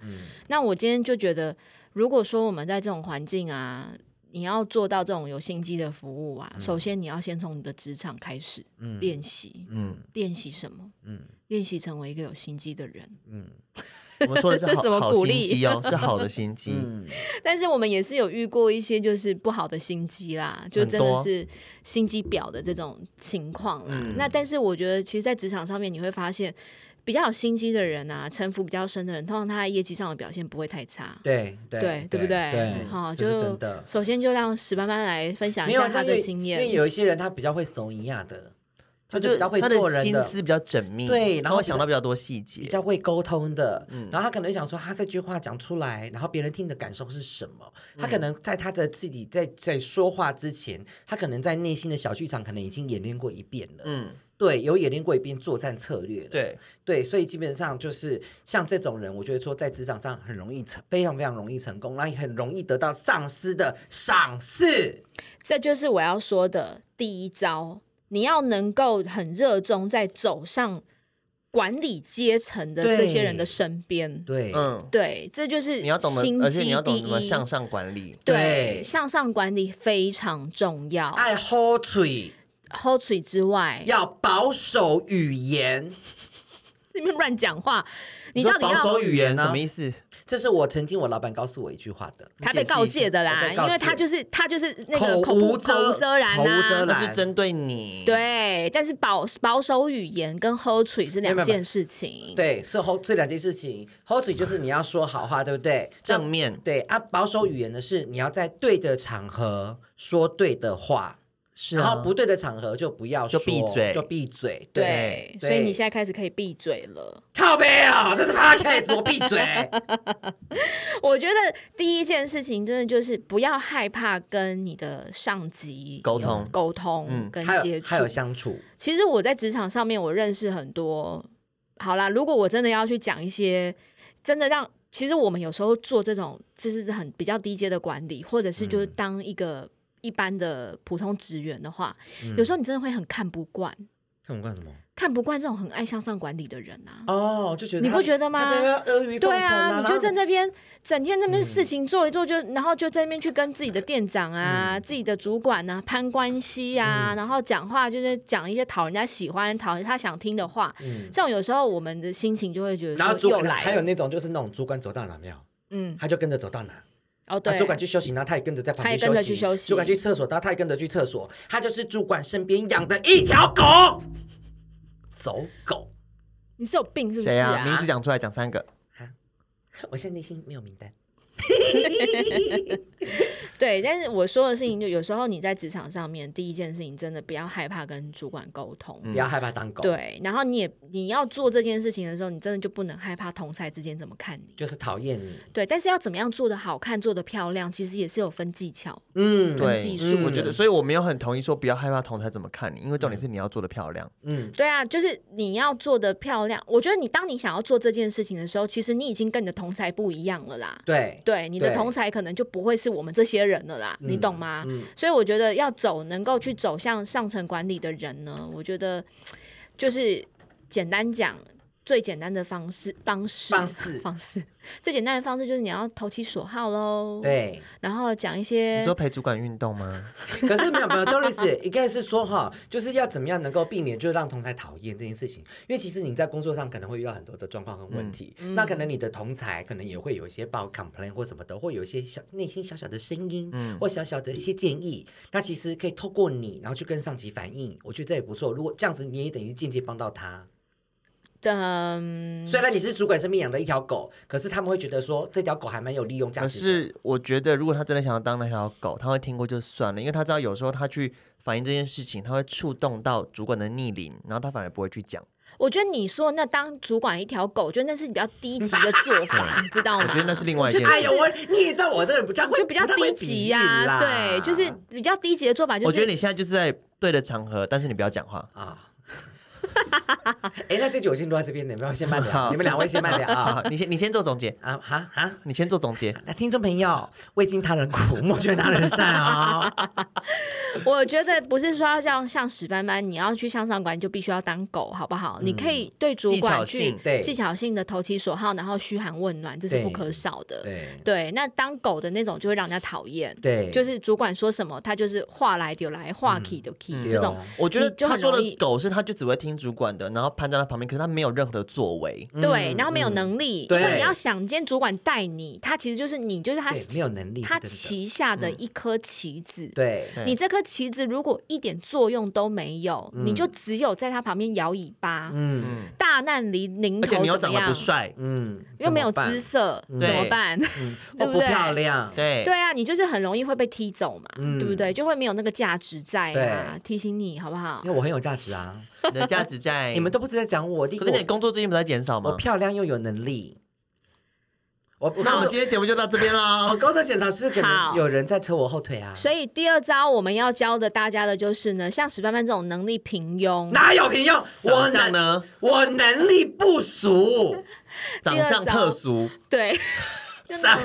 [SPEAKER 3] 那我今天就觉得，如果说我们在这种环境啊，你要做到这种有心机的服务啊，首先你要先从你的职场开始练习，
[SPEAKER 2] 嗯，
[SPEAKER 3] 练习什么？
[SPEAKER 4] 嗯
[SPEAKER 3] 练习成为一个有心机的人。
[SPEAKER 4] 嗯
[SPEAKER 2] 我们说的是
[SPEAKER 3] 这是什么
[SPEAKER 2] 好好
[SPEAKER 3] 鼓
[SPEAKER 2] 心
[SPEAKER 3] 励
[SPEAKER 2] 机哦，是好的心机。
[SPEAKER 4] 嗯，
[SPEAKER 3] 但是我们也是有遇过一些就是不好的心机啦，就真的是心机婊的这种情况啦。
[SPEAKER 2] 嗯
[SPEAKER 3] 那但是我觉得，其实，在职场上面你会发现，比较有心机的人啊，城府比较深的人，通常他在业绩上的表现不会太差。
[SPEAKER 4] 对对
[SPEAKER 3] 对对不对
[SPEAKER 4] 对，
[SPEAKER 3] 好
[SPEAKER 4] 这是真
[SPEAKER 3] 就
[SPEAKER 4] 的。
[SPEAKER 3] 首先就让史班班来分享
[SPEAKER 4] 没
[SPEAKER 3] 一
[SPEAKER 4] 有
[SPEAKER 3] 下
[SPEAKER 4] 啊
[SPEAKER 3] 他
[SPEAKER 4] 因为
[SPEAKER 3] 的经
[SPEAKER 4] 因为
[SPEAKER 3] 验。
[SPEAKER 4] 有一些人他比较会怂一样的，
[SPEAKER 2] 他
[SPEAKER 4] 就是比较会
[SPEAKER 2] 他
[SPEAKER 4] 做人
[SPEAKER 2] 心
[SPEAKER 4] 的
[SPEAKER 2] 思比较缜密，
[SPEAKER 4] 对然
[SPEAKER 2] 他
[SPEAKER 4] 后
[SPEAKER 2] 会
[SPEAKER 4] 比
[SPEAKER 2] 想
[SPEAKER 4] 较
[SPEAKER 2] 到比较多细
[SPEAKER 4] 比
[SPEAKER 2] 节。
[SPEAKER 4] 较会沟通的，然后他可能想说他这句话讲出来，然后别人听的感受是什么？他可能在他的自己在在说话之前，他可能在内心的小剧场可能已经演练过一遍了，
[SPEAKER 2] 嗯，
[SPEAKER 4] 对，有演练过一遍作战策略了，
[SPEAKER 2] 对，
[SPEAKER 4] 对，所以基本上就是像这种人，我觉得说在职场上很容易成，非常非常容易成功，然后也很容易得到上司的赏识，
[SPEAKER 3] 这就是我要说的第一招，你要能够很热衷在走上管理阶层的这些人的身边。
[SPEAKER 4] 对，
[SPEAKER 2] 嗯，
[SPEAKER 3] 对，这就是
[SPEAKER 2] 你要懂得
[SPEAKER 3] 心，
[SPEAKER 2] 而
[SPEAKER 3] 机
[SPEAKER 2] 且你要懂
[SPEAKER 3] 第
[SPEAKER 2] 得怎么
[SPEAKER 3] 一
[SPEAKER 2] 向上管理。
[SPEAKER 3] 对，
[SPEAKER 4] 对
[SPEAKER 3] 向上管理非常重要。
[SPEAKER 4] 爱喝嘴，
[SPEAKER 3] 喝水之外，
[SPEAKER 4] 要保守语言。
[SPEAKER 3] 你们乱讲话，你
[SPEAKER 2] 说
[SPEAKER 3] 到底
[SPEAKER 2] 保守
[SPEAKER 3] 要？
[SPEAKER 2] 语言
[SPEAKER 4] 呢
[SPEAKER 2] 什么意思？
[SPEAKER 4] 这是我曾经我老板告诉我一句话的，
[SPEAKER 3] 他被告诫的
[SPEAKER 4] 我
[SPEAKER 3] 啦，
[SPEAKER 4] 被告
[SPEAKER 3] 因为
[SPEAKER 4] 诫
[SPEAKER 3] 他就是他就是那个
[SPEAKER 4] 口
[SPEAKER 3] 口不
[SPEAKER 4] 无遮
[SPEAKER 3] 口无遮拦
[SPEAKER 4] 口无遮
[SPEAKER 3] 啊
[SPEAKER 4] 拦。
[SPEAKER 2] 那是针对你。。
[SPEAKER 3] 对，但是保保守语言跟喝水是
[SPEAKER 4] 没
[SPEAKER 3] 两
[SPEAKER 4] 有没有
[SPEAKER 3] 件事情。
[SPEAKER 4] 对，是后这两件事情，后嘴就是你要说好话，对不对？
[SPEAKER 2] 正面
[SPEAKER 4] 对啊，保守语言的是你要在对的场合说对的话，
[SPEAKER 2] 是
[SPEAKER 3] 啊
[SPEAKER 4] 然后不对的场合就不要
[SPEAKER 2] 就
[SPEAKER 4] 说，
[SPEAKER 2] 闭嘴
[SPEAKER 4] 就闭嘴。
[SPEAKER 3] 对
[SPEAKER 4] 对，
[SPEAKER 3] 所以你现在开始可以闭嘴了。
[SPEAKER 4] 在靠背哦，这是 podcast，我闭嘴。
[SPEAKER 3] 我觉得第一件事情真的就是不要害怕跟你的上级
[SPEAKER 2] 沟
[SPEAKER 3] 有
[SPEAKER 2] 通
[SPEAKER 3] 沟通
[SPEAKER 2] 嗯
[SPEAKER 3] 跟
[SPEAKER 4] 还
[SPEAKER 3] 接
[SPEAKER 4] 有
[SPEAKER 3] 触，
[SPEAKER 4] 还有相处，
[SPEAKER 3] 其实我在职场上面，我认识很多。好啦，如果我真的要去讲一些，真的让，其实我们有时候做这种，就是很比较低阶的管理，或者是就是当一个一般的普通职员的话，有时候你真的会很看不惯，
[SPEAKER 4] 看我干什么？
[SPEAKER 3] 看不惯这种很爱向上管理的人啊。
[SPEAKER 4] 哦，就觉得
[SPEAKER 3] 你
[SPEAKER 4] 他
[SPEAKER 3] 不觉得吗
[SPEAKER 4] 他都要阿谀奉承
[SPEAKER 3] 对啊，你就在
[SPEAKER 4] 真的
[SPEAKER 3] 那边整天那边事情做一做就，然后就在那边去跟自己的店长啊、自己的主管啊攀关系啊，然后讲话就是讲一些讨人家喜欢、讨人他想听的话。这种有时候我们的心情就会觉
[SPEAKER 4] 然后
[SPEAKER 3] 得说
[SPEAKER 4] 主
[SPEAKER 3] 又
[SPEAKER 4] 管
[SPEAKER 3] 来
[SPEAKER 4] 还有
[SPEAKER 3] 了，
[SPEAKER 4] 那种就是那种主管走到哪没有，
[SPEAKER 3] 嗯，
[SPEAKER 4] 他就跟着走到哪。
[SPEAKER 3] 哦对
[SPEAKER 4] 啊，，主管去休息，然后他也跟着在旁边
[SPEAKER 3] 他也跟着去休息
[SPEAKER 4] 主管去厕所，然后他也跟着去厕所。他就是主管身边养的一条狗，走狗。
[SPEAKER 3] 你是有病是不是
[SPEAKER 2] 谁啊？名字讲出来，讲三个。
[SPEAKER 4] 我现在内心没有名单。
[SPEAKER 3] 对，但是我说的事情，就有时候你在职场上面，第一件事情真的不要害怕跟主管沟通。
[SPEAKER 4] 不要害怕当狗，，
[SPEAKER 3] 对，然后你也你要做这件事情的时候，你真的就不能害怕同才之间怎么看你。
[SPEAKER 4] 就是讨厌你，
[SPEAKER 3] 对，但是要怎么样做的好看，做的漂亮，其实也是有分技巧。
[SPEAKER 4] 嗯，
[SPEAKER 2] 对
[SPEAKER 3] 技术
[SPEAKER 2] 我觉
[SPEAKER 4] 嗯
[SPEAKER 2] 得，所以我没有很同意说不要害怕同才怎么看你，因为重点是你要做的漂亮。
[SPEAKER 4] 嗯，
[SPEAKER 3] 对啊，就是你要做的漂亮。我觉得你当你想要做这件事情的时候，其实你已经跟你的同才不一样了啦。
[SPEAKER 4] 对，
[SPEAKER 3] 对，你的
[SPEAKER 4] 对
[SPEAKER 3] 同才可能就不会是我们这些人了啦，
[SPEAKER 2] 嗯
[SPEAKER 3] 你懂吗？
[SPEAKER 4] 嗯
[SPEAKER 3] 所以我觉得要走能够去走向上层管理的人呢，我觉得就是简单讲。最简单的方式，方式，
[SPEAKER 4] 放肆，
[SPEAKER 3] 方式，最简单的方式就是你要投其所好喽，
[SPEAKER 4] 对。
[SPEAKER 3] 然后讲一些
[SPEAKER 2] 你说陪主管运动吗？
[SPEAKER 4] 可是没有没有，Doris 应该是说哈，就是要怎么样能够避免就是让同才讨厌这件事情，因为其实你在工作上可能会遇到很多的状况跟问题，那可能你的同才可能也会有一些报 complain 或什么的，或有一些小内心小小的声音，或小小的一些建议，那其实可以透过你，然后去跟上级反映，我觉得这也不错。如果这样子，你也等于间接帮到他。
[SPEAKER 3] 嗯，
[SPEAKER 4] 虽然你是主管身边养的一条狗，可是他们会觉得说这条狗还蛮有利用价
[SPEAKER 2] 可
[SPEAKER 4] 值的。
[SPEAKER 2] 嗯是我觉得，如果他真的想要当那条狗，他会听过就算了，因为他知道有时候他去反映这件事情，他会触动到主管的逆鳞，然后他反而不会去讲。
[SPEAKER 3] 我觉得你说那当主管一条狗，我觉得那是比较低级的 做法，你知道吗？
[SPEAKER 2] 我觉得那是另外一
[SPEAKER 3] 啊就
[SPEAKER 2] 件
[SPEAKER 4] 哎
[SPEAKER 2] 事。
[SPEAKER 4] 呦，我你也知道我这个人比较会
[SPEAKER 3] 就比较
[SPEAKER 4] 不太会
[SPEAKER 3] 低级
[SPEAKER 4] 比喻
[SPEAKER 3] 呀、
[SPEAKER 4] 啦
[SPEAKER 3] 对，就是比较低级的做法，就
[SPEAKER 2] 我觉得
[SPEAKER 3] 是
[SPEAKER 2] 你现在就是在对的场合，但是你不要讲话。
[SPEAKER 4] 啊。 哎，那这局我先录到这边，你们要先慢聊，
[SPEAKER 2] 好
[SPEAKER 4] 你们两位先慢聊
[SPEAKER 2] 好，
[SPEAKER 4] 啊
[SPEAKER 2] 你先你先做总结，
[SPEAKER 4] 啊哈哈！
[SPEAKER 2] 你先做总结。
[SPEAKER 4] 那听众朋友，未经他人苦，莫劝他人善啊、哦！
[SPEAKER 3] 我觉得不是说要像像史班班，你要去向上管，你就必须要当狗，好不好？
[SPEAKER 4] 嗯
[SPEAKER 3] 你可以对主管
[SPEAKER 2] 技巧
[SPEAKER 3] 去
[SPEAKER 2] 性
[SPEAKER 4] 对
[SPEAKER 3] 技巧性的投其所好，然后嘘寒问暖，这是不可少的。
[SPEAKER 4] 对
[SPEAKER 3] 对，那当狗的那种就会让人家讨厌。
[SPEAKER 4] 对，
[SPEAKER 3] 就是主管说什么，他就是话来就来，话 key 就 key，、
[SPEAKER 4] 对
[SPEAKER 3] 这
[SPEAKER 4] 哦
[SPEAKER 3] 种
[SPEAKER 2] 我觉得
[SPEAKER 3] 你就
[SPEAKER 2] 他
[SPEAKER 3] 很
[SPEAKER 2] 说
[SPEAKER 3] 容
[SPEAKER 2] 的
[SPEAKER 3] 易
[SPEAKER 2] 狗是，他就只会听主管的，然后攀在他旁边，可是他没有任何的作为。
[SPEAKER 3] 对，然后没有能力，
[SPEAKER 4] 嗯对
[SPEAKER 3] 因为你要想，今天主管带你，他其实就是你，就是他
[SPEAKER 4] 对没有能力是
[SPEAKER 3] 他
[SPEAKER 4] 真的嗯
[SPEAKER 3] 旗下的一颗棋子。
[SPEAKER 4] 对
[SPEAKER 2] 对
[SPEAKER 3] 你这颗棋子如果一点作用都没有，你就只有在他旁边摇尾巴，
[SPEAKER 4] 嗯
[SPEAKER 3] 大难临临
[SPEAKER 2] 而且
[SPEAKER 3] 头
[SPEAKER 2] 你又
[SPEAKER 3] 怎
[SPEAKER 2] 长
[SPEAKER 3] 么
[SPEAKER 2] 得不
[SPEAKER 3] 样？
[SPEAKER 2] 帅，
[SPEAKER 4] 嗯，
[SPEAKER 3] 又没有姿
[SPEAKER 4] 怎
[SPEAKER 3] 色，
[SPEAKER 2] 嗯
[SPEAKER 3] 怎么办？
[SPEAKER 4] 么
[SPEAKER 3] 对不
[SPEAKER 4] 办，哦我不
[SPEAKER 3] 对
[SPEAKER 4] 漂亮，
[SPEAKER 2] 对
[SPEAKER 3] 对啊，你就是很容易会被踢走嘛，
[SPEAKER 4] 嗯
[SPEAKER 3] 对不对？就会没有那个价值在啊。提醒你好不好？
[SPEAKER 4] 因为我很有价值啊！
[SPEAKER 2] 你的价值在。
[SPEAKER 4] 你们都不是在讲我，第一
[SPEAKER 2] 可
[SPEAKER 4] 个
[SPEAKER 2] 是你的工作最近不是在减少
[SPEAKER 4] 我
[SPEAKER 2] 吗
[SPEAKER 4] 我？漂亮又有能力，我我
[SPEAKER 2] 那我
[SPEAKER 4] 工
[SPEAKER 2] 们
[SPEAKER 4] 作
[SPEAKER 2] 今天节目就到这 边
[SPEAKER 4] 我
[SPEAKER 2] 啦。
[SPEAKER 4] 工作检查是可能
[SPEAKER 3] 好
[SPEAKER 4] 有人在扯我后腿啊，
[SPEAKER 3] 所以第二招我们要教的大家的就是呢，像史班班这种能力平庸，
[SPEAKER 4] 哪有平庸？我
[SPEAKER 2] 长相
[SPEAKER 4] 能
[SPEAKER 2] 呢？
[SPEAKER 4] 我能力 不俗，
[SPEAKER 2] 长相特殊，
[SPEAKER 3] 对， 就能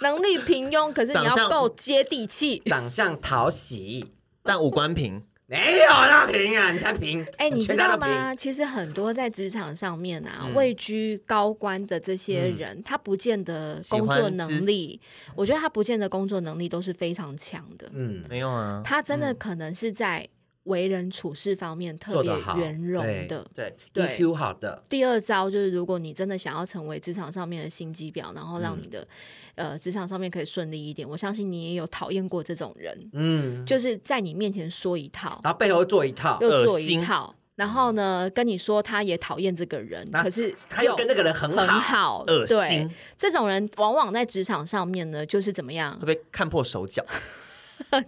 [SPEAKER 3] 能力平庸，可是你
[SPEAKER 2] 长
[SPEAKER 3] 要
[SPEAKER 2] 相
[SPEAKER 3] 够接地气。
[SPEAKER 4] 长相讨喜。
[SPEAKER 2] 但五 官平。
[SPEAKER 4] 没有那平啊，你才平。
[SPEAKER 3] 哎、你知
[SPEAKER 4] 全家
[SPEAKER 3] 道
[SPEAKER 4] 都嗯
[SPEAKER 3] 吗？其实很多在职场上面啊，位居高官的这些人，他不见得工作能力，我觉得他不见得工作能力都是非常强的，
[SPEAKER 4] 平？嗯，
[SPEAKER 2] 没有啊，
[SPEAKER 3] 他真的可能是在为人处事方面特
[SPEAKER 4] 做
[SPEAKER 3] 别
[SPEAKER 4] 得好
[SPEAKER 3] 圆融
[SPEAKER 4] 对
[SPEAKER 3] 的。
[SPEAKER 2] 对，
[SPEAKER 3] 对
[SPEAKER 4] ，EQ E 好的，
[SPEAKER 3] 第二招就是，如果你真的想要成为职场上面的心机婊，然后
[SPEAKER 4] 嗯
[SPEAKER 3] 让你的、呃职场上面可以顺利一点，我相信你也有讨厌过这种人，
[SPEAKER 4] 嗯，
[SPEAKER 3] 就是在你面前说一 套，
[SPEAKER 4] 然后背后做一套，
[SPEAKER 3] 又
[SPEAKER 2] 恶
[SPEAKER 3] 做一
[SPEAKER 2] 心
[SPEAKER 3] 套，然后呢跟你说他也讨厌这个人，
[SPEAKER 4] 那
[SPEAKER 3] 可是
[SPEAKER 4] 他又跟那个人很
[SPEAKER 3] 很
[SPEAKER 4] 好，
[SPEAKER 3] 好，
[SPEAKER 2] 恶
[SPEAKER 3] 对
[SPEAKER 2] 心，
[SPEAKER 3] 这种人往往在职场上面呢就是怎么样
[SPEAKER 2] 会，被看破手脚，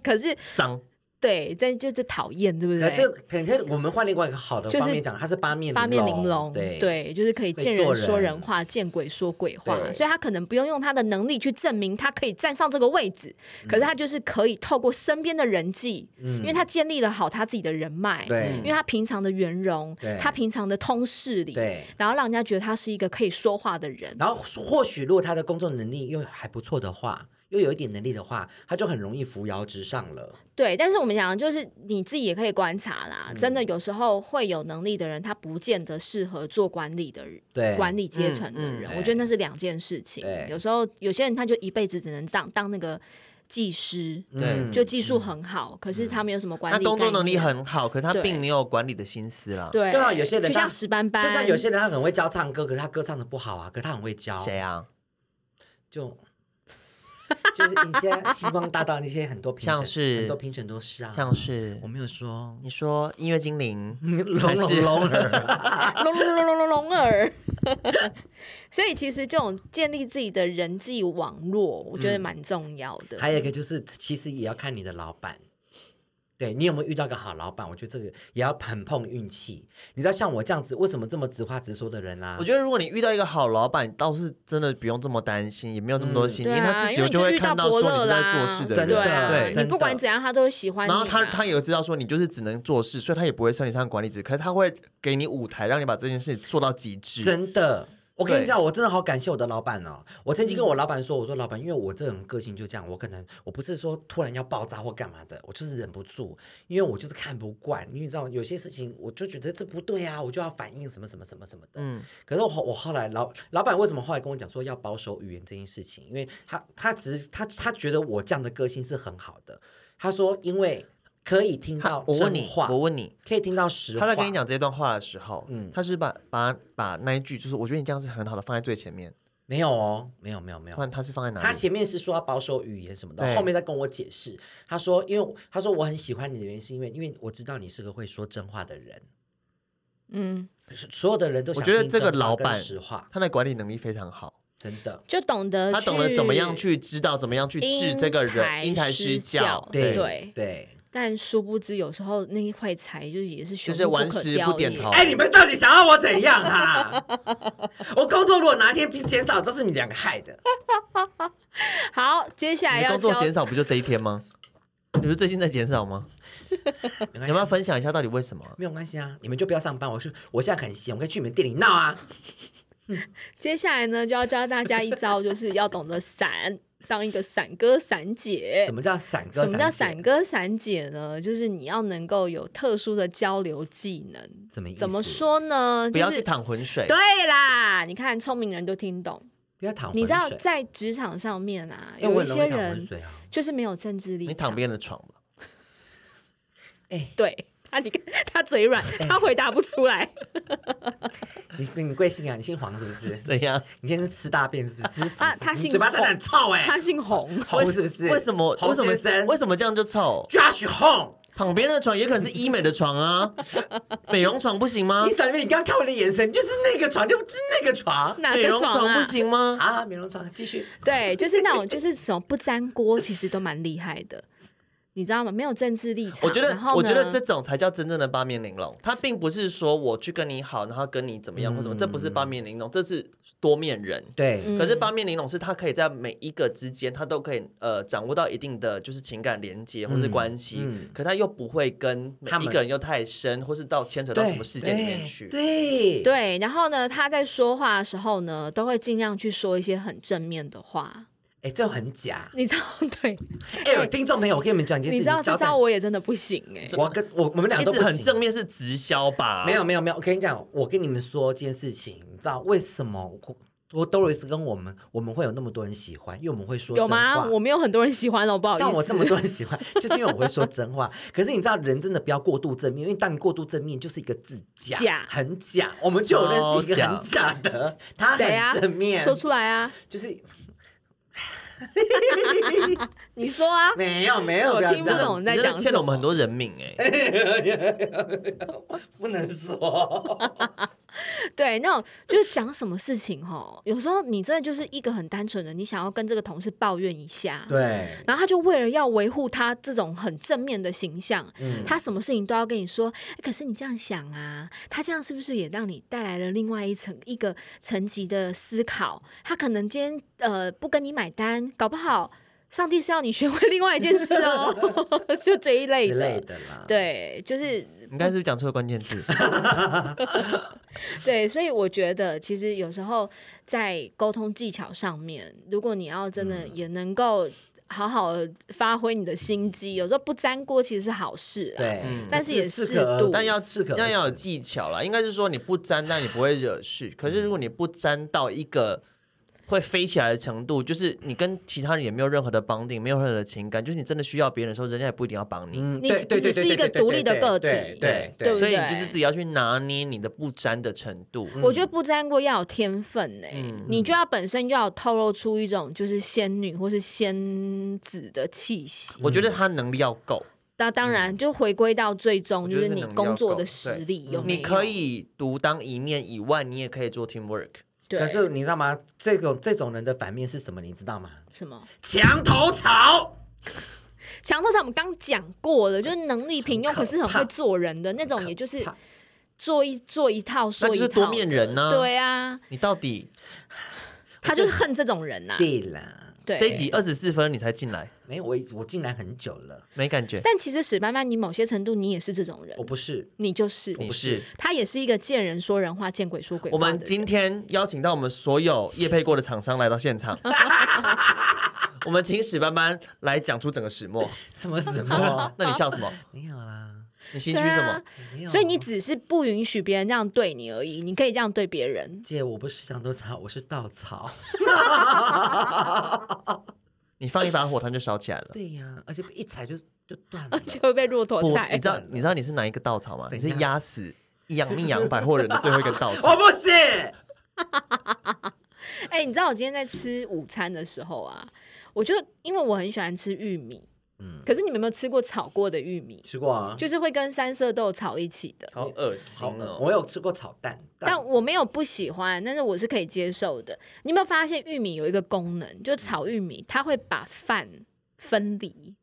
[SPEAKER 3] 可是
[SPEAKER 2] 脏。
[SPEAKER 3] 对，但就是讨厌，对不
[SPEAKER 4] 可
[SPEAKER 3] 对
[SPEAKER 4] 是？可是我们换另外一个好的
[SPEAKER 3] 就是
[SPEAKER 4] 方面讲，他是八面
[SPEAKER 3] 八面玲珑，
[SPEAKER 4] 珑，对，
[SPEAKER 3] 就是可以见人
[SPEAKER 4] 会做人
[SPEAKER 3] 说人话，见鬼说鬼话，
[SPEAKER 4] 对
[SPEAKER 3] 所以他可能不用用他的能力去证明他可以站上这个位置，
[SPEAKER 4] 嗯
[SPEAKER 3] 可是他就是可以透过身边的人际，因为他建立了好他自己的人脉，
[SPEAKER 4] 对
[SPEAKER 3] 因为他平常的圆融
[SPEAKER 4] 对，
[SPEAKER 3] 他平常的通事理，
[SPEAKER 4] 对
[SPEAKER 3] 然后让人家觉得他是一个可以说话的人，
[SPEAKER 4] 然后或许如果他的工作能力又还不错的话，又有一点能力的话，他就很容易扶摇直上了。
[SPEAKER 3] 对，但是我们讲就是你自己也可以观察啦，真的有时候会有能力的人，他不见得适合做管理的人。
[SPEAKER 4] 对，
[SPEAKER 3] 管理阶层的人，
[SPEAKER 2] 嗯
[SPEAKER 3] 我觉得那是两件事情
[SPEAKER 4] 对。
[SPEAKER 3] 有时候有些人他就一辈子只能当当那个技师，
[SPEAKER 4] 嗯
[SPEAKER 2] 对
[SPEAKER 3] 就技术很好，可是他没有什么管理
[SPEAKER 2] 他
[SPEAKER 3] 概念，
[SPEAKER 2] 工作能力很好，可是他
[SPEAKER 3] 对
[SPEAKER 2] 并没有管理的心思啦。
[SPEAKER 3] 对，
[SPEAKER 4] 就像有些人
[SPEAKER 3] 就
[SPEAKER 4] 他
[SPEAKER 3] 像石斑斑，
[SPEAKER 4] 就像有些人他很会教唱歌，可是他歌唱的不好啊，可是他很会教，
[SPEAKER 2] 谁啊？
[SPEAKER 4] 就 就是一些星光大道那些很多评审，
[SPEAKER 2] 像是
[SPEAKER 4] 很多评审都是啊，
[SPEAKER 2] 像是
[SPEAKER 4] 我没有嗯说
[SPEAKER 2] 你说音乐精灵，
[SPEAKER 4] 龙龙龙儿，
[SPEAKER 3] 隆隆隆隆隆隆儿，所以其实这种建立自己的人际网络，我觉得蛮重要的。
[SPEAKER 4] 还有一个就是，其实也要看你的老板。对你有没有遇到个好老板？我觉得这个也要很碰运气。你知道像我这样子，为什么这么直话直说的人啊啦、
[SPEAKER 2] 我觉得如果你遇到一个好老板，倒是真的不用这么担心，也没有这么多心，
[SPEAKER 3] 对
[SPEAKER 2] 因为
[SPEAKER 3] 啊，
[SPEAKER 2] 他自
[SPEAKER 3] 因
[SPEAKER 2] 己
[SPEAKER 3] 为你
[SPEAKER 2] 就会
[SPEAKER 3] 遇到
[SPEAKER 2] 看到
[SPEAKER 3] 伯
[SPEAKER 2] 说你
[SPEAKER 3] 乐
[SPEAKER 2] 是在
[SPEAKER 3] 啦，
[SPEAKER 2] 做事的
[SPEAKER 4] 嗯真
[SPEAKER 2] 人，
[SPEAKER 3] 对
[SPEAKER 4] 的
[SPEAKER 3] 啊
[SPEAKER 2] 对，
[SPEAKER 3] 你不
[SPEAKER 4] 真
[SPEAKER 3] 管
[SPEAKER 4] 的
[SPEAKER 3] 怎样，他都会喜欢你
[SPEAKER 2] 然
[SPEAKER 3] 啊。
[SPEAKER 2] 后他他也知道说你就是只能做事，所以他也不会算你上管理职，可是他会给你舞台，让你把这件事情做到极致。
[SPEAKER 4] 真的。我跟
[SPEAKER 2] 对嗯
[SPEAKER 4] 你讲，我真的好感谢我的老板哦！我曾经跟我老板说，我说老板，因为我这种个性就这样，我可能我不是说突然要爆炸或干嘛的，我就是忍不住，因为我就是看不惯，因为你知道有些事情我就觉得这不对啊，我就要反应什么什么什么什么的。
[SPEAKER 2] 嗯
[SPEAKER 4] 可是我后我后来老老板为什么后来跟我讲说要保守语言这件事情？因为他他只是他他觉得我这样的个性是很好的，他说因为可以听
[SPEAKER 2] 他
[SPEAKER 4] 到
[SPEAKER 2] 我问你
[SPEAKER 4] 真话，，
[SPEAKER 2] 我问你，
[SPEAKER 4] 可以听到实话。
[SPEAKER 2] 他在跟你讲这段话的时候，
[SPEAKER 4] 嗯
[SPEAKER 2] 他是把把把那一句就是我觉得你这样是很好的放在最前面，
[SPEAKER 4] 没有哦，没有没有没有，
[SPEAKER 2] 不然他是放在哪里？
[SPEAKER 4] 他前面是说要保守语言什么
[SPEAKER 2] 对
[SPEAKER 4] 的，后面再跟我解释。他说，因为我他说我很喜欢你的原因是因为，因为我知道你是个会说真话的人，
[SPEAKER 3] 嗯，
[SPEAKER 4] 所有的人都想
[SPEAKER 2] 我觉得
[SPEAKER 4] 听
[SPEAKER 2] 这个
[SPEAKER 4] 真话
[SPEAKER 2] 老
[SPEAKER 4] 跟
[SPEAKER 2] 板
[SPEAKER 4] 实话，
[SPEAKER 2] 他的管理能力非常好，
[SPEAKER 4] 真的。
[SPEAKER 3] 就懂得
[SPEAKER 2] 他懂得怎么样
[SPEAKER 3] 呃去
[SPEAKER 2] 去知道怎么样去治这个人，因材施教，
[SPEAKER 3] 对
[SPEAKER 4] 对对，
[SPEAKER 3] 但殊不知，有时候那一块柴就是也是
[SPEAKER 2] 就
[SPEAKER 3] 熊
[SPEAKER 2] 是
[SPEAKER 3] 不
[SPEAKER 2] 顽
[SPEAKER 3] 可
[SPEAKER 2] 石
[SPEAKER 3] 雕
[SPEAKER 2] 不点
[SPEAKER 3] 也
[SPEAKER 2] 头。
[SPEAKER 4] 哎、你们到底想要我怎样啊？ 我工作如果哪一天减少，都是你们两个害的。
[SPEAKER 3] 好，接下来
[SPEAKER 2] 你的
[SPEAKER 3] 要
[SPEAKER 2] 工作
[SPEAKER 3] 教
[SPEAKER 2] 减少不就这一天吗？ 你不是最近在减少吗？
[SPEAKER 4] 没
[SPEAKER 2] 你
[SPEAKER 4] 关
[SPEAKER 2] 要不要
[SPEAKER 4] 系，
[SPEAKER 2] 分享一下到底为什么啊？
[SPEAKER 4] 没有关系啊，你们就不要上班。我是我现在很闲，我可以去你们店里闹啊。
[SPEAKER 3] 接下来呢，就要教大家一招，就是要懂得闪，当一个闪哥、闪姐
[SPEAKER 4] 什。么叫散哥？
[SPEAKER 3] 哎什么叫闪
[SPEAKER 4] 姐？
[SPEAKER 3] 哥、闪姐呢？就是你要能够有特殊的交流技能。
[SPEAKER 4] 怎么意思
[SPEAKER 3] 怎么？说呢？
[SPEAKER 2] 不
[SPEAKER 3] 就
[SPEAKER 2] 要去
[SPEAKER 3] 是
[SPEAKER 2] 淌浑水。
[SPEAKER 3] 对啦，你看聪明人都听懂。
[SPEAKER 4] 不要淌浑水。
[SPEAKER 3] 你知道在职场上面啊，
[SPEAKER 4] 哎
[SPEAKER 3] 有
[SPEAKER 4] 我
[SPEAKER 3] 一
[SPEAKER 4] 很容
[SPEAKER 3] 些
[SPEAKER 4] 易淌浑
[SPEAKER 3] 人
[SPEAKER 4] 水啊。
[SPEAKER 3] 就是没有政治立
[SPEAKER 2] 你躺
[SPEAKER 3] 场。
[SPEAKER 2] 别人的床吧。
[SPEAKER 4] 哎、
[SPEAKER 3] 对他，你看他 嘴软，他回答不出来。
[SPEAKER 4] 你你贵姓啊？你姓黄是不是？
[SPEAKER 2] 怎样？
[SPEAKER 4] 你今天是吃大便是不是？吃屎
[SPEAKER 3] 他他
[SPEAKER 4] 是不是
[SPEAKER 3] 姓
[SPEAKER 4] 你嘴巴真的很臭哎、
[SPEAKER 3] 他 姓洪，
[SPEAKER 4] 红是不是？
[SPEAKER 2] 为什么？为
[SPEAKER 4] 红
[SPEAKER 2] 什
[SPEAKER 4] 先
[SPEAKER 2] 么？
[SPEAKER 4] 生
[SPEAKER 2] 为什么这样就臭？
[SPEAKER 4] ？Josh Hong，
[SPEAKER 2] 躺别人的床也可能是医美的床 啊，美容床不行吗
[SPEAKER 4] 你？闪妹，你刚刚看我的眼神，就是那个床，就就是那个床
[SPEAKER 3] 哪
[SPEAKER 2] 美
[SPEAKER 3] 个
[SPEAKER 2] 容
[SPEAKER 3] 床
[SPEAKER 2] 床
[SPEAKER 3] 啊
[SPEAKER 2] 不？行吗？
[SPEAKER 4] 啊，美容床，继续。
[SPEAKER 3] 对，就是那种就是什么不粘锅，其实都蛮厉害的，你知道吗？没有政治立场。
[SPEAKER 2] 我觉得
[SPEAKER 3] 然后，呢
[SPEAKER 2] 我觉得这种才叫真正的八面玲珑。他并不是说我去跟你好，然后跟你怎么样或什么，
[SPEAKER 4] 嗯
[SPEAKER 2] 这不是八面玲珑，这是多面人。
[SPEAKER 4] 对，
[SPEAKER 3] 嗯
[SPEAKER 2] 可是八面玲珑是他可以在每一个之间，他都可以呃掌握到一定的就是情感连接或是
[SPEAKER 4] 嗯
[SPEAKER 2] 关系，
[SPEAKER 4] 嗯
[SPEAKER 2] 可他又不会跟每
[SPEAKER 4] 他
[SPEAKER 2] 一
[SPEAKER 4] 们
[SPEAKER 2] 个人又太深，或是到牵扯到
[SPEAKER 4] 对，
[SPEAKER 2] 什么事件里面去。
[SPEAKER 4] 对，对，
[SPEAKER 3] 对，然后呢，他在说话的时候呢，都会尽量去说一些很正面的话，
[SPEAKER 4] 哎，这很假。
[SPEAKER 3] 你知道？对，
[SPEAKER 4] 哎，有听众朋友，我跟你们讲一件事，
[SPEAKER 3] 你知道
[SPEAKER 4] 交
[SPEAKER 3] 这
[SPEAKER 4] 代
[SPEAKER 3] 招我也真的不行哎、
[SPEAKER 4] 我跟我我们俩
[SPEAKER 2] 一
[SPEAKER 4] 都
[SPEAKER 2] 直
[SPEAKER 4] 不
[SPEAKER 2] 很
[SPEAKER 4] 行
[SPEAKER 2] 正面是直销吧？
[SPEAKER 4] 没有没有没有，我跟你讲，我跟你们说一件事情，你知道为什么我我 Doris 跟我们我们会有那么多人喜欢，因为我们会说
[SPEAKER 3] 有
[SPEAKER 4] 真
[SPEAKER 3] 吗？
[SPEAKER 4] 话
[SPEAKER 3] 我们有很多人喜欢哦，不好意思。
[SPEAKER 4] 像我这么多人喜欢，就是因为我会说真话。可是你知道，人真的不要过度正面，因为当你过度正面，就是一个字假，
[SPEAKER 3] 假
[SPEAKER 4] 很假。我们就有认识一个
[SPEAKER 2] 超
[SPEAKER 4] 很假的，他
[SPEAKER 3] 谁啊
[SPEAKER 4] 很正面，
[SPEAKER 3] 说出来 啊，
[SPEAKER 4] 就是。
[SPEAKER 3] 你说啊
[SPEAKER 4] 没有没有，
[SPEAKER 3] 我
[SPEAKER 4] 不要
[SPEAKER 3] 听不
[SPEAKER 4] 这样
[SPEAKER 3] 懂
[SPEAKER 2] 哦你
[SPEAKER 3] 在
[SPEAKER 2] 真
[SPEAKER 3] 讲
[SPEAKER 2] 的欠
[SPEAKER 3] 什
[SPEAKER 2] 了我们很
[SPEAKER 3] 么
[SPEAKER 2] 多人命哎、
[SPEAKER 4] 不 能说。
[SPEAKER 3] 对，那种就是讲什么事情哈，有时候你真的就是一个很单纯的，你想要跟这个同事抱怨一下，
[SPEAKER 4] 对，
[SPEAKER 3] 然后他就为了要维护他这种很正面的形象，
[SPEAKER 4] 嗯
[SPEAKER 3] 他什么事情都要跟你说。诶可是你这样想啊，他这样是不是也让你带来了另外一层一个层级的思考？他可能今天呃不跟你买单，搞不好上帝是要你学会另外一件事哦，就这一类
[SPEAKER 4] 之
[SPEAKER 3] 的。
[SPEAKER 4] 类的啦。
[SPEAKER 3] 对，就是
[SPEAKER 2] 你刚才是不是讲出了关键字？
[SPEAKER 3] 对，所以我觉得其实有时候在沟通技巧上面，如果你要真
[SPEAKER 2] 嗯
[SPEAKER 3] 的也能够好好地发挥你的心机，有时候不沾锅其实是好事啦。
[SPEAKER 4] 对
[SPEAKER 2] 嗯，
[SPEAKER 3] 但是也
[SPEAKER 4] 适
[SPEAKER 3] 适
[SPEAKER 4] 可而
[SPEAKER 3] 度
[SPEAKER 4] 止
[SPEAKER 2] 但要
[SPEAKER 4] 适可而
[SPEAKER 2] 要要有
[SPEAKER 4] 止
[SPEAKER 2] 技巧啦，应该是说你不沾，但你不会惹事。可是如果你不沾到一个会飞起来的程度，就是你跟其他人也没有任何的绑定，没有任何的情感，就是你真的需要别人的时候，人家也不一定要帮你。
[SPEAKER 4] 嗯
[SPEAKER 3] 你
[SPEAKER 4] 对对
[SPEAKER 3] 只
[SPEAKER 4] 对
[SPEAKER 3] 是
[SPEAKER 4] 对
[SPEAKER 3] 一个
[SPEAKER 4] 对
[SPEAKER 3] 独
[SPEAKER 4] 对
[SPEAKER 3] 立的
[SPEAKER 4] 对
[SPEAKER 3] 个
[SPEAKER 4] 对
[SPEAKER 3] 体
[SPEAKER 4] 对
[SPEAKER 3] 对嗯不
[SPEAKER 2] 所以你就是自己要去拿捏你的不沾的程度。
[SPEAKER 3] 我觉得不沾锅要有天分呢、
[SPEAKER 2] 嗯
[SPEAKER 3] 你就要本身就要有透露出一种就是仙女或是仙子的气息。
[SPEAKER 2] 我觉得他能力要够，
[SPEAKER 3] 那当然就回归到最
[SPEAKER 2] 嗯我
[SPEAKER 3] 终，
[SPEAKER 2] 觉
[SPEAKER 3] 就
[SPEAKER 2] 得
[SPEAKER 3] 是
[SPEAKER 2] 这
[SPEAKER 3] 你
[SPEAKER 2] 能力要
[SPEAKER 3] 工作
[SPEAKER 2] 够
[SPEAKER 3] 的
[SPEAKER 2] 对
[SPEAKER 3] 实力有没有？
[SPEAKER 2] 你可以独当一面以外，你也可以做 teamwork。
[SPEAKER 3] 对
[SPEAKER 4] 可是你知道吗？这种这种人的反面是什么？你知道吗？
[SPEAKER 3] 什么？
[SPEAKER 4] 墙头草。
[SPEAKER 3] 强迫症我们刚讲过了，就是能力平庸，
[SPEAKER 4] 很可
[SPEAKER 3] 可是很
[SPEAKER 4] 怕
[SPEAKER 3] 会做人的那种，也就是
[SPEAKER 4] 怕
[SPEAKER 3] 做一做一套说
[SPEAKER 2] 那
[SPEAKER 3] 一
[SPEAKER 2] 就
[SPEAKER 3] 套
[SPEAKER 2] 是
[SPEAKER 3] 的，
[SPEAKER 2] 多面人呐
[SPEAKER 3] 对啊，
[SPEAKER 2] 你到底
[SPEAKER 3] 他就是恨这种人呐、
[SPEAKER 4] 对啦，
[SPEAKER 3] 对，
[SPEAKER 2] 这一集二十四分你才进来，
[SPEAKER 4] 没有我已我进来很久了，
[SPEAKER 2] 没感觉？
[SPEAKER 3] 但其实史班班，你某些程度你也是这种人
[SPEAKER 4] 我，不是
[SPEAKER 3] 你就是
[SPEAKER 2] 你是
[SPEAKER 3] 他也是一个见人说人话，见鬼说鬼
[SPEAKER 2] 我
[SPEAKER 3] 话的人。
[SPEAKER 2] 们今天邀请到我们所有业配过的厂商来到现场， 我们请史班班来讲出整个始 末。哦
[SPEAKER 4] 什么什么
[SPEAKER 2] 那你笑什么？
[SPEAKER 4] 没有啦，
[SPEAKER 2] 你心
[SPEAKER 3] 对
[SPEAKER 2] 虚什么
[SPEAKER 3] 啊？？
[SPEAKER 4] 没有。
[SPEAKER 3] 所以你只是不允许别人这样对你而已，你可以这样对别人。。
[SPEAKER 4] 姐，我不是墙头草，我是稻草。
[SPEAKER 2] 你放一把火，它就烧起来了。
[SPEAKER 4] 对呀，而且一踩就就断了
[SPEAKER 3] 就会被骆驼
[SPEAKER 2] 不，你
[SPEAKER 3] 踩
[SPEAKER 2] 知。道你知道你是哪一个稻草吗？
[SPEAKER 4] 怎
[SPEAKER 2] 你
[SPEAKER 4] 样
[SPEAKER 2] 是压死养密养百货人的最后一根稻
[SPEAKER 4] 我
[SPEAKER 2] 草。
[SPEAKER 4] 不是，
[SPEAKER 3] 哎、你知道我今天在吃午餐的时候啊，我就因为我很喜欢吃玉米，
[SPEAKER 4] 嗯
[SPEAKER 3] 可是你们有没有吃过炒过的玉米？
[SPEAKER 4] 吃过啊，
[SPEAKER 3] 就是会跟三色豆炒一起的。
[SPEAKER 2] 好恶心
[SPEAKER 4] 好饿。
[SPEAKER 2] 哦！
[SPEAKER 4] 我有吃过炒蛋，
[SPEAKER 3] 但我没有不喜欢，但是我是可以接受的。你有没有发现玉米有一个功能，就炒玉米，它会把饭分离，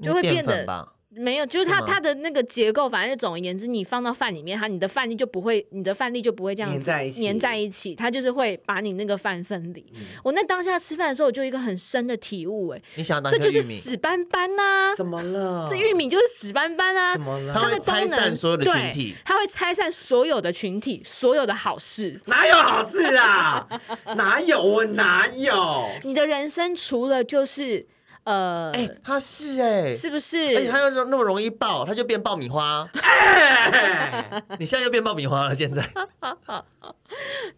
[SPEAKER 3] 就会
[SPEAKER 2] 淀
[SPEAKER 3] 变
[SPEAKER 2] 粉
[SPEAKER 3] 得
[SPEAKER 2] 吧？
[SPEAKER 3] 没有，就是它
[SPEAKER 2] 是吗
[SPEAKER 3] 它的那个结构，反正总而言之，你放到饭里面，它你的饭粒就不会，你的饭粒就不会这样
[SPEAKER 4] 粘
[SPEAKER 3] 子
[SPEAKER 4] 在一起
[SPEAKER 3] 粘在一起，它就是会把你那个饭分离。我那当下吃饭的时候，我就有一个很深的体悟、哎，
[SPEAKER 2] 你想要当
[SPEAKER 3] 这
[SPEAKER 2] 一颗
[SPEAKER 3] 就
[SPEAKER 2] 玉
[SPEAKER 3] 是
[SPEAKER 2] 米，
[SPEAKER 3] 屎斑斑呐、
[SPEAKER 4] 怎么了？
[SPEAKER 3] 这玉米就是屎斑斑啊
[SPEAKER 4] 怎。么了？
[SPEAKER 2] 它
[SPEAKER 3] 它
[SPEAKER 2] 会
[SPEAKER 3] 的功能
[SPEAKER 2] 拆散所有的群体
[SPEAKER 3] 对它会拆散所有的群体，所有的好事。
[SPEAKER 4] 哪有好 事啊？哪有我哪有？
[SPEAKER 3] 你的人生除了就是呃，
[SPEAKER 2] 哎，它是哎，
[SPEAKER 3] 是不是？
[SPEAKER 2] 而且它又那么容易爆，它就变爆米花。你现在又变爆米花了，现在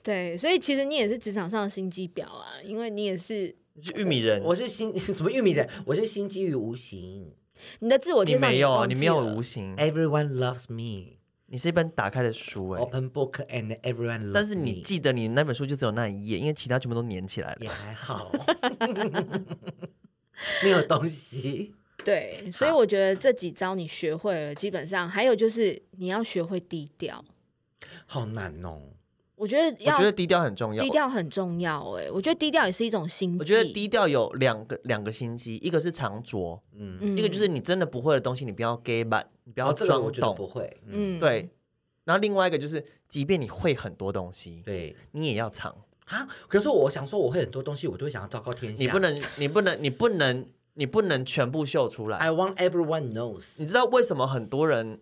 [SPEAKER 3] 对，所以其实你也是职场上的心机婊啊，因为你也是
[SPEAKER 2] 你是玉米人，
[SPEAKER 4] 我是心 什么玉米人？我是心基于无形。
[SPEAKER 3] 你的自我
[SPEAKER 2] 你
[SPEAKER 3] 介绍
[SPEAKER 2] 没有，
[SPEAKER 3] 忘
[SPEAKER 2] 你
[SPEAKER 3] 记
[SPEAKER 2] 没有
[SPEAKER 3] 了
[SPEAKER 2] 无形，
[SPEAKER 4] Everyone loves me.
[SPEAKER 2] 你是一本打开的书哎。
[SPEAKER 4] Open book and everyone loves me.
[SPEAKER 2] 但是你记得你那本书就只有那一页，因为其他全部都粘起来
[SPEAKER 4] 也
[SPEAKER 2] 了。
[SPEAKER 4] 还好，没有东西。
[SPEAKER 3] 对，所以
[SPEAKER 2] 好
[SPEAKER 3] 我觉得这几招你学会了，基本上还有就是你要学会低调。
[SPEAKER 4] 好难哦。
[SPEAKER 3] 我觉得
[SPEAKER 2] 我
[SPEAKER 3] 要
[SPEAKER 2] 觉得低调很重要，欸
[SPEAKER 3] 低调很重要、哎，我觉得低调也是一种心
[SPEAKER 2] 我
[SPEAKER 3] 计。
[SPEAKER 2] 觉得低调有两个两个心机，一个是藏拙，
[SPEAKER 4] 嗯，
[SPEAKER 3] 嗯，
[SPEAKER 2] 一个就是你真的不会的东西，你不要 gay 版，你不
[SPEAKER 4] 然
[SPEAKER 2] 要
[SPEAKER 4] 后这个我
[SPEAKER 2] 装
[SPEAKER 4] 觉得不
[SPEAKER 2] 懂。
[SPEAKER 4] 会。嗯，
[SPEAKER 3] 嗯，
[SPEAKER 2] 对，然后另外一个就是，即便你会很多东西，
[SPEAKER 4] 对
[SPEAKER 2] 你也要藏，
[SPEAKER 4] 啊。可是我想说，我会很多东西，我都会想要昭告天下。
[SPEAKER 2] 你不。能，你不能，你不能，你不能全部秀出来
[SPEAKER 4] I。want everyone
[SPEAKER 2] 你
[SPEAKER 4] knows。
[SPEAKER 2] 知道为什么很多人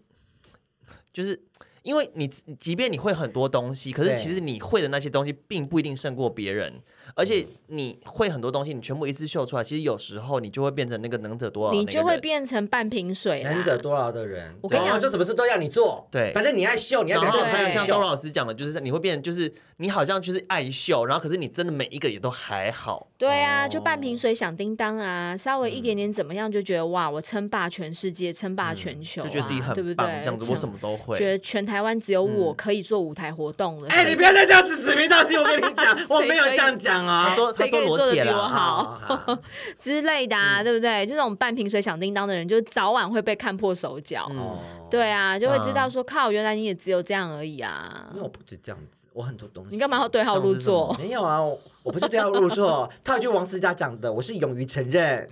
[SPEAKER 2] 就是？因为你即便你会很多东西，可是
[SPEAKER 4] 对
[SPEAKER 2] 其实你会的那些东西并不一定胜过别人，而且你会很多东西，你全部一次秀出来，其实有时候你就会变成那个能者多劳的那
[SPEAKER 3] 你
[SPEAKER 2] 个人，
[SPEAKER 3] 就会变成半瓶水啦。
[SPEAKER 4] 能者多劳的人，
[SPEAKER 3] 我跟你
[SPEAKER 4] 对
[SPEAKER 3] 讲
[SPEAKER 4] 就什么事都要你做。
[SPEAKER 2] 对
[SPEAKER 4] 反正你爱秀，你要
[SPEAKER 2] 然
[SPEAKER 4] 表
[SPEAKER 2] 后
[SPEAKER 4] 现，
[SPEAKER 2] 还有
[SPEAKER 4] 你
[SPEAKER 2] 像
[SPEAKER 4] 爱
[SPEAKER 2] 周
[SPEAKER 4] 秀。
[SPEAKER 2] 老师讲的，就是你会变，就是你好像就是爱秀，然后可是你真的每一个也都还好。
[SPEAKER 3] 对啊，就
[SPEAKER 4] 哦
[SPEAKER 3] 半瓶水响叮当啊，稍微一
[SPEAKER 2] 嗯
[SPEAKER 3] 点点怎么样，就觉得哇，我称霸全世界，称霸全球、啊
[SPEAKER 2] 就觉得自己很
[SPEAKER 3] 对不
[SPEAKER 2] 棒，
[SPEAKER 3] 对？啊
[SPEAKER 2] 这样子我什么都会。嗯
[SPEAKER 3] 觉得全台湾只有我可以做舞台活动了。
[SPEAKER 4] 哎，你不要再这样子指名道姓，我跟你讲，我没有这样讲
[SPEAKER 2] 他
[SPEAKER 4] 啊。
[SPEAKER 2] 说他
[SPEAKER 3] 谁
[SPEAKER 2] 说
[SPEAKER 3] 跟你做
[SPEAKER 2] 罗
[SPEAKER 3] 得
[SPEAKER 2] 姐
[SPEAKER 3] 比我
[SPEAKER 2] 啦，啊嗯
[SPEAKER 3] 好
[SPEAKER 4] 好，
[SPEAKER 3] 之类的啊，对不对？这种半瓶水响叮当的人，就早晚会被看破手脚。
[SPEAKER 4] 哦，
[SPEAKER 3] 对啊，就会知道
[SPEAKER 2] 嗯
[SPEAKER 3] 说，靠，原来你也只有这样而已啊
[SPEAKER 4] 因为！我不止这样子，我很多东西。
[SPEAKER 3] 你干嘛要对号入座？
[SPEAKER 4] 没有啊，我我不是对号 入座。他有句王思佳讲的，我是勇于承认。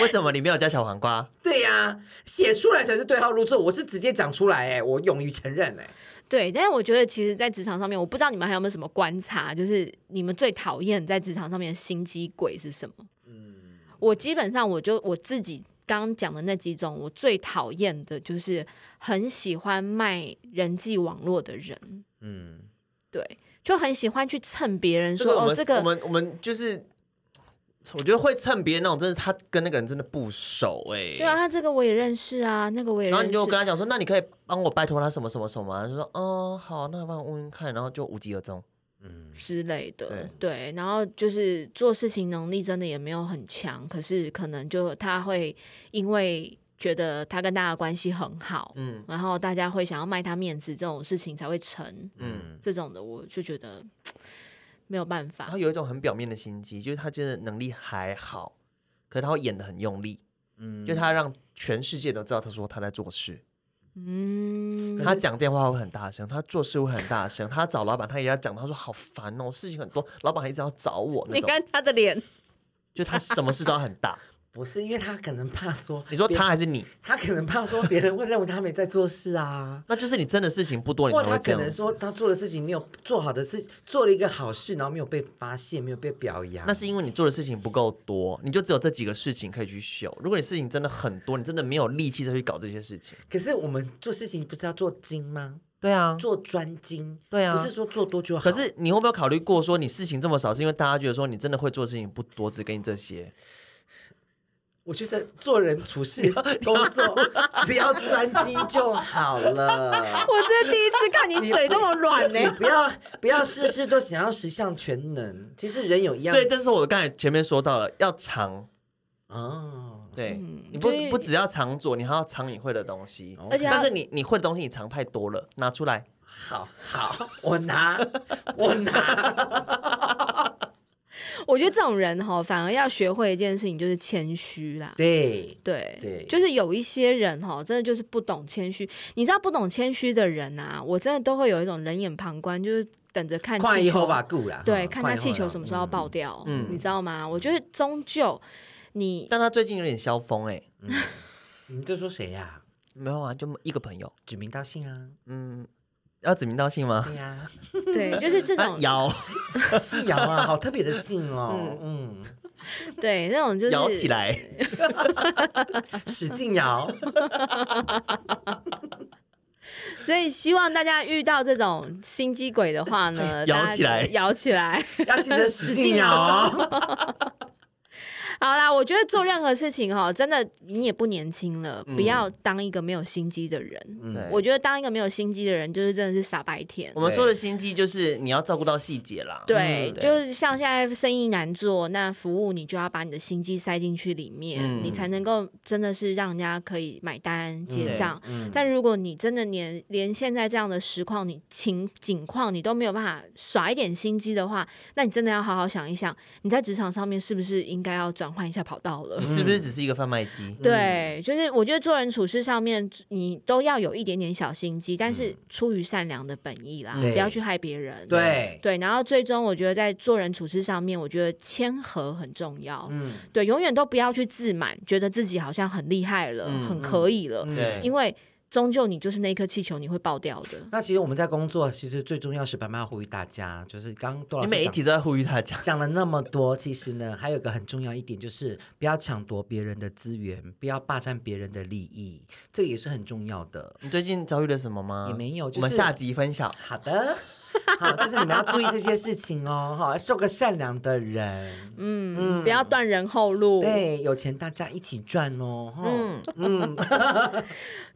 [SPEAKER 2] 为什么你没有加小黄瓜？
[SPEAKER 4] 对呀、写出来才是对号入座。我是直接讲出来、哎，我勇于承认、哎，
[SPEAKER 3] 对，但是我觉得其实，在职场上面，我不知道你们还有没有什么观察，就是你们最讨厌在职场上面的心机鬼是什么？
[SPEAKER 2] 嗯
[SPEAKER 3] 我基本上我就我自己刚刚讲的那几种，我最讨厌的就是很喜欢卖人际网络的人，
[SPEAKER 4] 嗯，
[SPEAKER 3] 对，就很喜欢去蹭别人
[SPEAKER 2] 这
[SPEAKER 3] 说
[SPEAKER 2] 个我
[SPEAKER 3] 哦，
[SPEAKER 2] 们、
[SPEAKER 3] 这
[SPEAKER 2] 我
[SPEAKER 3] 个
[SPEAKER 2] 们我们就是，我觉得会蹭别人那种，真的他跟那个人真的不熟哎、
[SPEAKER 3] 对啊，他这个我也认识啊，那个我也
[SPEAKER 2] 然后
[SPEAKER 3] 认
[SPEAKER 2] 你就
[SPEAKER 3] 识
[SPEAKER 2] 跟。他讲说，那你可以帮我拜托他什么什么什么吗？他就说，哦，好，那帮我问问看，然后就无疾而终。
[SPEAKER 4] 嗯
[SPEAKER 3] 之类的，对，然后就是做事情能力真的也没有很强，可是可能就他会因为觉得他跟大家关系很好，
[SPEAKER 2] 嗯
[SPEAKER 3] 然后大家会想要卖他面子，这种事情才会成。
[SPEAKER 2] 嗯，
[SPEAKER 3] 这种的我就觉得没有办
[SPEAKER 2] 然
[SPEAKER 3] 法
[SPEAKER 2] 后，有一种很表面的心机，就是他真的能力还好，可是他会演的很用力，
[SPEAKER 4] 嗯
[SPEAKER 2] 就他让全世界都知道他说他在做事。
[SPEAKER 3] 嗯，
[SPEAKER 2] 他讲电话会很大声，他做事会很大声，他找老板他也要讲，他说好烦哦，事情很多，老板还一直要找我那
[SPEAKER 3] 你
[SPEAKER 2] 种，
[SPEAKER 3] 看他的 脸，
[SPEAKER 2] 就他什么事都要很 大。
[SPEAKER 4] 不是因为他可能怕说，
[SPEAKER 2] 你说
[SPEAKER 4] 别
[SPEAKER 2] 他还是你，
[SPEAKER 4] 他可能怕说别人会认为他没在做事啊，
[SPEAKER 2] 那就是你真的事情不多， 你
[SPEAKER 4] 或
[SPEAKER 2] 才
[SPEAKER 4] 他
[SPEAKER 2] 会这
[SPEAKER 4] 可能
[SPEAKER 2] 样子。
[SPEAKER 4] 说他做的事情没有做好的事，做了一个好事，然后没有被发现，没有被表扬。
[SPEAKER 2] 那是因为你做的事情不够多，你就只有这几个事情可以去修。如果你事情真的很多，你真的没有力气再去搞这些事情。
[SPEAKER 4] 可是我们做事情不是要做精吗？
[SPEAKER 2] 对啊，
[SPEAKER 4] 做专精，
[SPEAKER 2] 对啊
[SPEAKER 4] 不是说做多就好。
[SPEAKER 2] 可是你会不会考虑过说，你事情这么少，是因为大家觉得说你真的会做的事情不多，只给你这些？
[SPEAKER 4] 我觉得做人 处事、工作，只要专精就好了。
[SPEAKER 3] 我这是第一次看你嘴这么软欸呢、
[SPEAKER 4] 你不要不要事事都想要十项全能，其实人有一样。
[SPEAKER 2] 所以这是我刚才前面说到了，要长。
[SPEAKER 4] 哦，
[SPEAKER 2] 对，
[SPEAKER 3] 嗯
[SPEAKER 2] 你不
[SPEAKER 3] 所以
[SPEAKER 2] 不只要常做，你还要常你会的东西。
[SPEAKER 4] 哦
[SPEAKER 3] 而且他
[SPEAKER 2] 但是你你会的东西你藏太多了，拿出来。
[SPEAKER 4] 好好，我 拿我拿。
[SPEAKER 3] 我觉得这种人哈、反而要学会一件事情，就是谦虚啦。
[SPEAKER 4] 对，
[SPEAKER 3] 对，
[SPEAKER 4] 对
[SPEAKER 3] 就是有一些人哈、真的就是不懂谦虚。你知道不懂谦虚的人啊，我真的都会有一种冷眼旁观，就是等着看
[SPEAKER 4] 跨
[SPEAKER 3] 气
[SPEAKER 4] 一
[SPEAKER 3] 球
[SPEAKER 4] 后吧，顾啦。
[SPEAKER 3] 对，
[SPEAKER 4] 哈
[SPEAKER 3] 看他气球什么时候要。
[SPEAKER 4] 跨一后啦
[SPEAKER 3] 爆掉，
[SPEAKER 2] 嗯
[SPEAKER 3] 你知道吗？我觉得终究 你
[SPEAKER 2] 但他最近有点消风哎、欸，
[SPEAKER 4] 嗯你在说谁呀？
[SPEAKER 2] 没有啊，就一个朋友，
[SPEAKER 4] 指名道姓啊。
[SPEAKER 2] 嗯，要指名道姓吗？
[SPEAKER 4] 对 呀，
[SPEAKER 3] 对，就是这
[SPEAKER 2] 他
[SPEAKER 3] 种
[SPEAKER 2] 摇
[SPEAKER 4] 姓姚啊，好特别的姓哦。嗯，
[SPEAKER 3] 对那 种就是
[SPEAKER 2] 摇起来，
[SPEAKER 4] 嗯史劲尧。
[SPEAKER 3] 所以希望大家遇到这种心机鬼的话呢，
[SPEAKER 2] 摇
[SPEAKER 3] 大家
[SPEAKER 2] 起来
[SPEAKER 3] 就摇起来。
[SPEAKER 4] 要记得使劲
[SPEAKER 3] 劲
[SPEAKER 4] 摇哦。
[SPEAKER 3] 好啦，我觉得做任何事情哈，真的你也不年轻了，不要当一个没有心机的人。
[SPEAKER 2] 对
[SPEAKER 4] 嗯
[SPEAKER 3] 我觉得当一个没有心机的人，就是真的是傻白甜
[SPEAKER 2] 我。们说的心机就是你要照顾到细节啦。
[SPEAKER 3] 对，
[SPEAKER 2] 嗯
[SPEAKER 3] 就是像现在生意难做，那服务你就要把你的心机塞进去里面，
[SPEAKER 2] 嗯
[SPEAKER 3] 你才能够真的是让人家可以买单结
[SPEAKER 2] 对
[SPEAKER 3] 账。
[SPEAKER 4] 嗯
[SPEAKER 3] 但如果你真的连连现在这样的实况、你情景况你都没有办法耍一点心机的话，那你真的要好好想一想，你在职场上面是不是应该要转换一下跑道了
[SPEAKER 2] 你？是不是只是一个贩卖机？
[SPEAKER 3] 对，就是我觉得做人处事上面，你都要有一点点小心机，但是出于善良的本意啦，
[SPEAKER 4] 对
[SPEAKER 3] 不要去害别人。
[SPEAKER 4] 对，
[SPEAKER 3] 对，然后最终我觉得在做人处事上面，我觉得谦和很重要。
[SPEAKER 4] 嗯，
[SPEAKER 3] 对，永远都不要去自满，觉得自己好像很厉害了，
[SPEAKER 2] 嗯
[SPEAKER 3] 很可以了，
[SPEAKER 2] 对
[SPEAKER 3] 因为终究你就是那一颗气球，你会爆掉的。
[SPEAKER 4] 那其实我们在工作，其实最重要是爸妈呼吁大家，就是刚刚多老
[SPEAKER 2] 你
[SPEAKER 4] 师
[SPEAKER 2] 每一
[SPEAKER 4] 讲
[SPEAKER 2] 集都在呼吁他 讲，
[SPEAKER 4] 讲了那么多，其实呢，还有一个很重要一点就是不要抢夺别人的资源，不要霸占别人的利益，这个也是很重要的。
[SPEAKER 2] 你最近遭遇了什么吗？
[SPEAKER 4] 也没有就是
[SPEAKER 2] 我们下集分享。
[SPEAKER 4] 好的。好，就是你们要注意这些事情哦，哈，做个善良的人，
[SPEAKER 3] 嗯，不要断人后路。
[SPEAKER 4] 对，有钱大家一起赚哦，哈，
[SPEAKER 2] 嗯，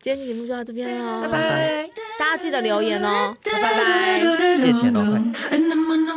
[SPEAKER 3] 今天节目就到这边了，
[SPEAKER 4] 拜拜。
[SPEAKER 3] 大家记得留言哦，拜拜。
[SPEAKER 2] 借钱哦快
[SPEAKER 1] And I'm on a